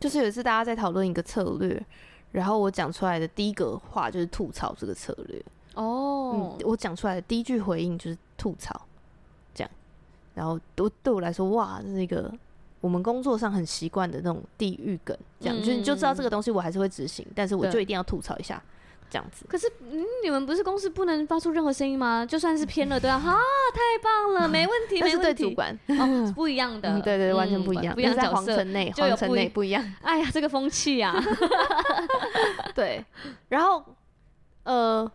Speaker 1: 就是有一次大家在讨论一个策略，然后我讲出来的第一个话就是吐槽这个策略。
Speaker 2: 哦
Speaker 1: 嗯，，我讲出来的第一句回应就是吐槽，这样。然后对对我来说，哇，这是一个我们工作上很习惯的那种地域梗，这样、
Speaker 2: 嗯
Speaker 1: 就你就知道这个东西我还是会执行，但是我
Speaker 2: 对
Speaker 1: 就一定要吐槽一下，这样子。
Speaker 2: 可是、嗯、你们不是公司不能发出任何声音吗？就算是偏了，都啊 要哈，太棒 了，没问题，
Speaker 1: 但
Speaker 2: 没
Speaker 1: 是
Speaker 2: 问
Speaker 1: 对
Speaker 2: 题。
Speaker 1: 主 管，
Speaker 2: 哦，是不一样的，
Speaker 1: 嗯 对对，完全
Speaker 2: 嗯
Speaker 1: 不一样，
Speaker 2: 不一样
Speaker 1: 那是在
Speaker 2: 角
Speaker 1: 皇
Speaker 2: 色。
Speaker 1: 城内，
Speaker 2: 就有
Speaker 1: 皇城
Speaker 2: 不一
Speaker 1: 内不一样。
Speaker 2: 哎呀，这个风气 呀、啊，
Speaker 1: 对，然后呃，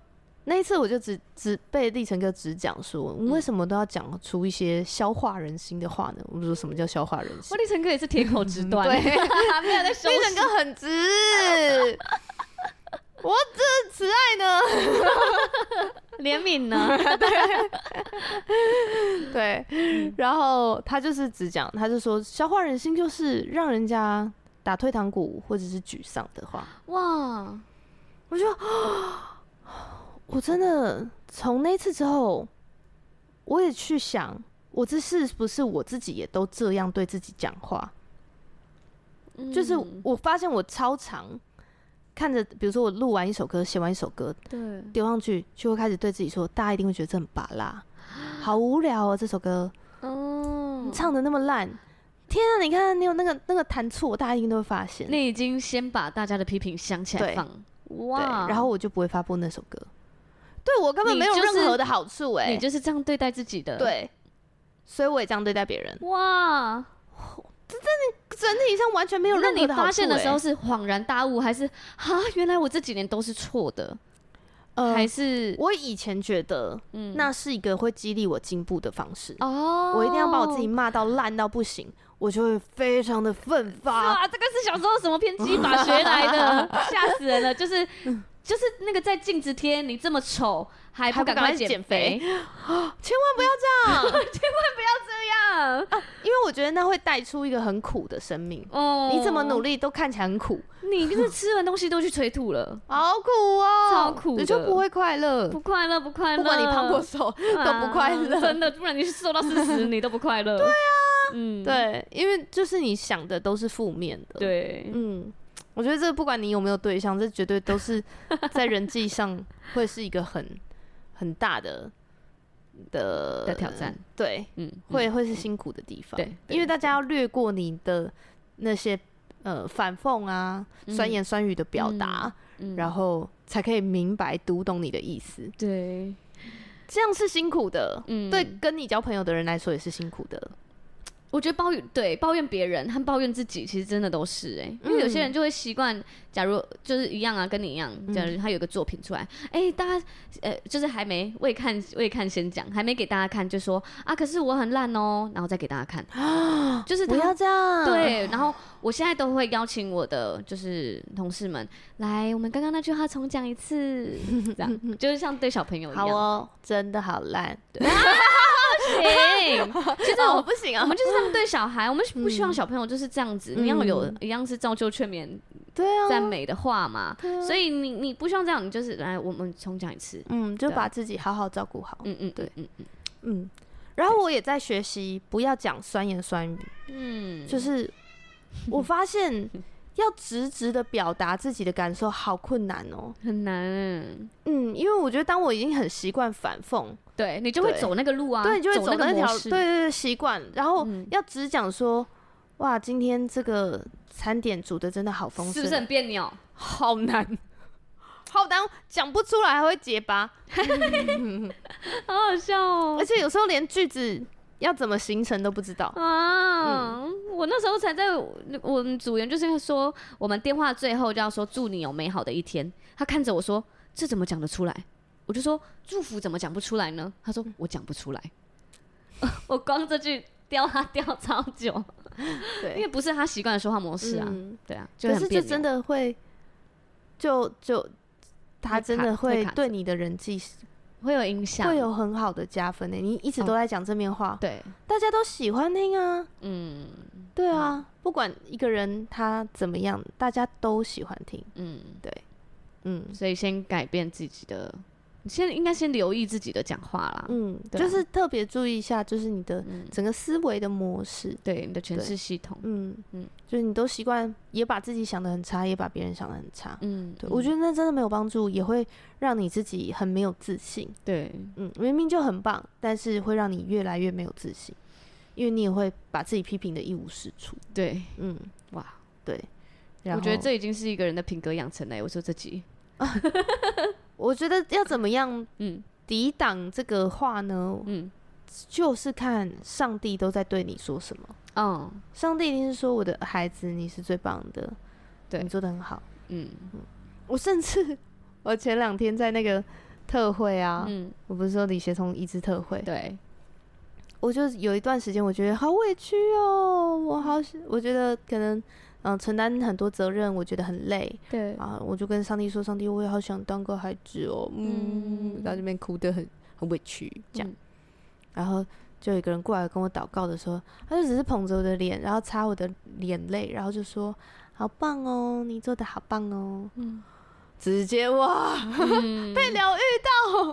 Speaker 1: 那一次我就只只被立成哥只讲说，
Speaker 2: 嗯
Speaker 1: 你为什么都要讲出一些消化人心的话呢？我们说什么叫消化人心
Speaker 2: 我？立成哥也是铁口直断，
Speaker 1: 对，
Speaker 2: 没有在收
Speaker 1: 立
Speaker 2: 拾
Speaker 1: 成。哥很直，我这慈爱呢？
Speaker 2: 怜悯呢？
Speaker 1: 对，然后他就是只讲，他就说消化人心就是让人家打退堂鼓或者是沮丧的话，
Speaker 2: 哇，
Speaker 1: 我就 我真的从那次之后，我也去想，我这是不是我自己也都这样对自己讲话？就是
Speaker 2: 嗯
Speaker 1: 我发现我超常看着，比如说我录完一首歌，写完一首歌，
Speaker 2: 对，
Speaker 1: 丢上去，就会开始对自己说，大家一定会觉得这很拔辣，好无聊哦，这首歌
Speaker 2: 哦，
Speaker 1: 唱的那么烂，天啊，你看你有那个那个弹错，大家一定都会发现。
Speaker 2: 你已经先把大家的批评想起来
Speaker 1: 对
Speaker 2: 放，
Speaker 1: 对
Speaker 2: 哇，，
Speaker 1: 然后我就不会发布那首歌，对我根本
Speaker 2: 你
Speaker 1: 没有
Speaker 2: 就是
Speaker 1: 任何的好处哎、
Speaker 2: 你就是这样对待自己的，，
Speaker 1: 对，所以我也这样对待别人，
Speaker 2: 哇，
Speaker 1: 整体上完全没有
Speaker 2: 那
Speaker 1: 任
Speaker 2: 你
Speaker 1: 何的好处、
Speaker 2: 发现的时候
Speaker 1: 哎，
Speaker 2: 是恍然大悟，还是啊，原来我这几年都是错的，
Speaker 1: 呃
Speaker 2: 还是
Speaker 1: 我以前觉得
Speaker 2: 嗯
Speaker 1: 那是一个会激励我进步的方式，
Speaker 2: 哦，
Speaker 1: 我一定要把我自己骂到烂到不行，我就会非常的奋发。
Speaker 2: 啊 哇，这个是小时候什么偏激法学来的，吓死人了！就是就是那个在镜子贴你这么丑，还
Speaker 1: 嗯
Speaker 2: 不
Speaker 1: 还不
Speaker 2: 赶
Speaker 1: 赶
Speaker 2: 快
Speaker 1: 快减
Speaker 2: 减
Speaker 1: 肥
Speaker 2: 肥？
Speaker 1: 千万不要这样，
Speaker 2: 这样，
Speaker 1: 因为我觉得那会带出一个很苦的生命。
Speaker 2: 哦
Speaker 1: 你怎么努？力都看起来很苦，
Speaker 2: 你就是吃完东西都去催吐了，
Speaker 1: 好苦哦，
Speaker 2: 超苦
Speaker 1: 你就
Speaker 2: 的
Speaker 1: 不会快乐。
Speaker 2: 不快乐，不快乐。
Speaker 1: 不管你胖过瘦都不快乐，
Speaker 2: 啊真的，不然你瘦到四十，你都不 快乐。对啊，嗯，
Speaker 1: 对，因为就是你想的都是负面的。，
Speaker 2: 对，
Speaker 1: 嗯，我觉得这不管你有没有对象，这绝对都是在人际上会是一个很很大的的
Speaker 2: 的挑战。
Speaker 1: 对，
Speaker 2: 嗯，
Speaker 1: 会会是辛苦的地方。
Speaker 2: 对对
Speaker 1: 因为大家要略过你的那些呃反讽啊、酸
Speaker 2: 嗯
Speaker 1: 言酸语的表达，
Speaker 2: 嗯，
Speaker 1: 然后才可以明白读懂你的意思，
Speaker 2: 对，
Speaker 1: 这样是辛苦的。
Speaker 2: 嗯，
Speaker 1: 对，跟你交朋友的人来说也是辛苦的。
Speaker 2: 我觉得抱怨对抱怨别人和抱怨自己，其实真的都是哎、
Speaker 1: 嗯
Speaker 2: 因为有些人就会习惯，假如就是一样啊，跟你一样，假如他有个作品出来，
Speaker 1: 嗯
Speaker 2: 哎、大家呃就是还没未看未看先讲，还没给大家看就说啊，可是我很烂哦、然后再给大家看，就是
Speaker 1: 啊不
Speaker 2: 他
Speaker 1: 要这样，，
Speaker 2: 对，然后我现在都会邀请我的就是同事们来，我们刚刚那句话重讲一次，这样就是像对小朋友一样。
Speaker 1: 好哦，真的好 烂。
Speaker 2: 不行，其实
Speaker 1: 哦
Speaker 2: 我
Speaker 1: 不行
Speaker 2: 我
Speaker 1: 啊
Speaker 2: 们，就是这样对小孩，我们不希望小朋友就是这样子，你要有
Speaker 1: 嗯
Speaker 2: 一样是造就劝勉
Speaker 1: 对啊，
Speaker 2: 赞美的话嘛。
Speaker 1: 对啊
Speaker 2: 所以你你不希望这样，你就是来我们重讲一次。
Speaker 1: 嗯，就
Speaker 2: 对啊
Speaker 1: 把自己好好照顾好。
Speaker 2: 嗯嗯，
Speaker 1: 哦对
Speaker 2: 嗯
Speaker 1: 嗯，然后我也在学习不要讲酸言酸语，
Speaker 2: 嗯，
Speaker 1: 就是我发现要直直的表达自己的感受好困难哦。
Speaker 2: 很难。
Speaker 1: 嗯，因为我觉得当我已经很习惯反讽，
Speaker 2: 对你就会
Speaker 1: 对
Speaker 2: 走那个路啊，
Speaker 1: 对，你就会走
Speaker 2: 那个
Speaker 1: 那条
Speaker 2: 模
Speaker 1: 对
Speaker 2: 式
Speaker 1: 对对习惯，然后
Speaker 2: 嗯
Speaker 1: 要只讲说，哇，今天这个餐点煮的真的好丰
Speaker 2: 是
Speaker 1: 盛，
Speaker 2: 不是很别扭？
Speaker 1: 好 难，好难，讲不出来还会结巴，
Speaker 2: 好好笑哦
Speaker 1: 而。且有时候连句子要怎么形成都不知
Speaker 2: 嗯
Speaker 1: 道。
Speaker 2: 啊！
Speaker 1: 嗯
Speaker 2: 我那时候才在我我们组员就是说，我们电话最后就要说祝你有美好的一天。他看着我说：“这怎么讲得出来？”我就说：“祝福怎么讲不出来呢？”他说：“
Speaker 1: 嗯
Speaker 2: 我讲不出来。” 我光这句吊他吊超久，因为
Speaker 1: 对，
Speaker 2: 不是他习惯的说话模式啊。
Speaker 1: 嗯
Speaker 2: 对啊，就
Speaker 1: 可
Speaker 2: 很
Speaker 1: 是
Speaker 2: 别
Speaker 1: 这
Speaker 2: 扭
Speaker 1: 真的会，就就他
Speaker 2: 会
Speaker 1: 真
Speaker 2: 卡
Speaker 1: 的
Speaker 2: 会
Speaker 1: 会
Speaker 2: 卡
Speaker 1: 对你的人际
Speaker 2: 会有影响，
Speaker 1: 会有很好的加分呢、欸你一直
Speaker 2: 哦
Speaker 1: 都在讲正面话，
Speaker 2: 对，
Speaker 1: 大家都喜欢听啊。
Speaker 2: 嗯
Speaker 1: 对啊，不管一个人他怎么样，大家都喜欢听。
Speaker 2: 嗯，
Speaker 1: 嗯
Speaker 2: 所以先改变自己的，你先应该先留意自己的讲话啦。
Speaker 1: 嗯，
Speaker 2: 对啊
Speaker 1: 就是特别注意一下，就是你的
Speaker 2: 嗯，
Speaker 1: 整个思维的模式。
Speaker 2: 对，你的诠
Speaker 1: 对
Speaker 2: 释系统，
Speaker 1: 嗯嗯
Speaker 2: 嗯，
Speaker 1: 就是你都习惯也把自己想得很差，也把别人想得很差。
Speaker 2: 嗯，
Speaker 1: 对，我觉
Speaker 2: 得
Speaker 1: 得那真的没有帮助，也会让你自己很没有自信。
Speaker 2: 对。
Speaker 1: 嗯，明明就很棒，但是会让你越来越没有自信，因为你也会把自己批评的一无是处。
Speaker 2: 对，
Speaker 1: 嗯，
Speaker 2: 哇，
Speaker 1: 对。然
Speaker 2: 我觉得
Speaker 1: 后
Speaker 2: 这已经是一个人的品格养成了欸。我说这集，
Speaker 1: 我觉得要怎么样
Speaker 2: 嗯
Speaker 1: 抵挡这个话呢？
Speaker 2: 嗯
Speaker 1: 就是看上帝都在对你说什么。
Speaker 2: 哦，
Speaker 1: 上帝一定是说：“我的孩子，你是最棒的，
Speaker 2: 对
Speaker 1: 你做的很好。
Speaker 2: 嗯”
Speaker 1: 我甚至我前两天在那个特会啊，
Speaker 2: 嗯，
Speaker 1: 我不是说李学聪一直特会，
Speaker 2: 对，
Speaker 1: 我就有一段时间，我觉得好委屈哦，我好喜，我觉得可能嗯、呃承担很多责任，我觉得很累
Speaker 2: 对，
Speaker 1: 啊，我就跟上帝说，上帝，我也好想当个孩子哦，嗯，
Speaker 2: 嗯
Speaker 1: 然后这边哭得很很委屈这样，
Speaker 2: 嗯
Speaker 1: 然后就有一个人过来跟我祷告的时候，他就只是捧着我的脸，然后擦我的眼泪，然后就说好棒哦，你做的好棒哦，
Speaker 2: 嗯，
Speaker 1: 直接哇，
Speaker 2: 嗯
Speaker 1: 被疗愈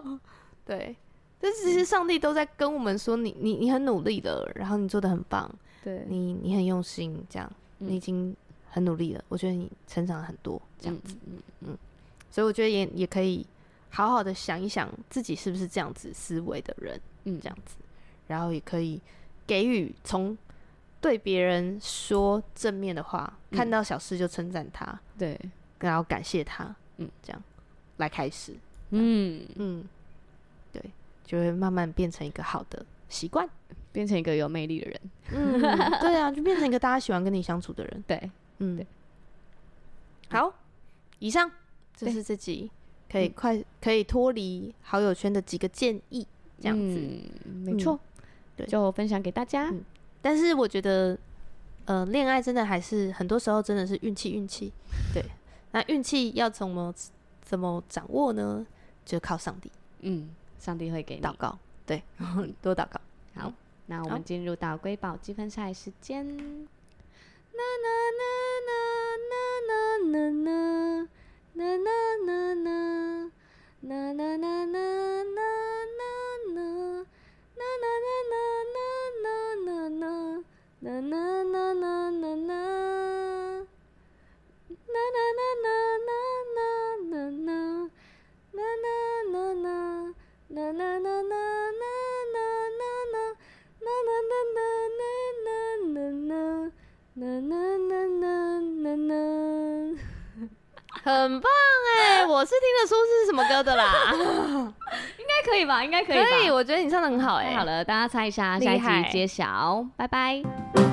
Speaker 1: 到。对，但其实上帝都在跟我们说你，你你很努力了，然后你做的很棒，
Speaker 2: 对，
Speaker 1: 你你很用心，这样
Speaker 2: 嗯
Speaker 1: 你已经很努力了，我觉得你成长了很多，这样子，
Speaker 2: 嗯，嗯
Speaker 1: 所以我觉得也也可以好好的想一想自己是不是这样子思维的人，
Speaker 2: 嗯
Speaker 1: 这样子，然后也可以给予从。对别人说正面的话，
Speaker 2: 嗯
Speaker 1: 看到小事就称赞他，
Speaker 2: 对，
Speaker 1: 然后感谢他，嗯
Speaker 2: 嗯，
Speaker 1: 这样来开始，
Speaker 2: 嗯，
Speaker 1: 嗯，对，就会慢慢变成一个好的习惯。
Speaker 2: 变成一个有魅力的人，
Speaker 1: 嗯， 对啊，就变成一个大家喜欢跟你相处的人。
Speaker 2: 对，
Speaker 1: 嗯
Speaker 2: 对，
Speaker 1: 好，以上这
Speaker 2: 对
Speaker 1: 是这集可以快可以脱离好友圈的几个建议，这样子、
Speaker 2: 嗯，没错，
Speaker 1: 对
Speaker 2: 就分享给大家
Speaker 1: 嗯。但是我觉得，呃，恋爱真的还是很多时候真的是运气，运气。对，那运气要怎么
Speaker 2: 怎么掌握呢？就靠上帝
Speaker 1: 嗯，上帝会给你
Speaker 2: 祷。告，对，多祷告。
Speaker 1: 好，那我
Speaker 2: 好
Speaker 1: 们进入到瑰宝积分赛时间。
Speaker 2: 很棒哎、我是听得出是什么歌的啦，
Speaker 1: 应该可以吧？应该可以吧？
Speaker 2: 我觉得你唱的很好哎、
Speaker 1: 太好了，大家猜一下，
Speaker 2: 厉
Speaker 1: 下一
Speaker 2: 害
Speaker 1: 集揭晓，拜拜。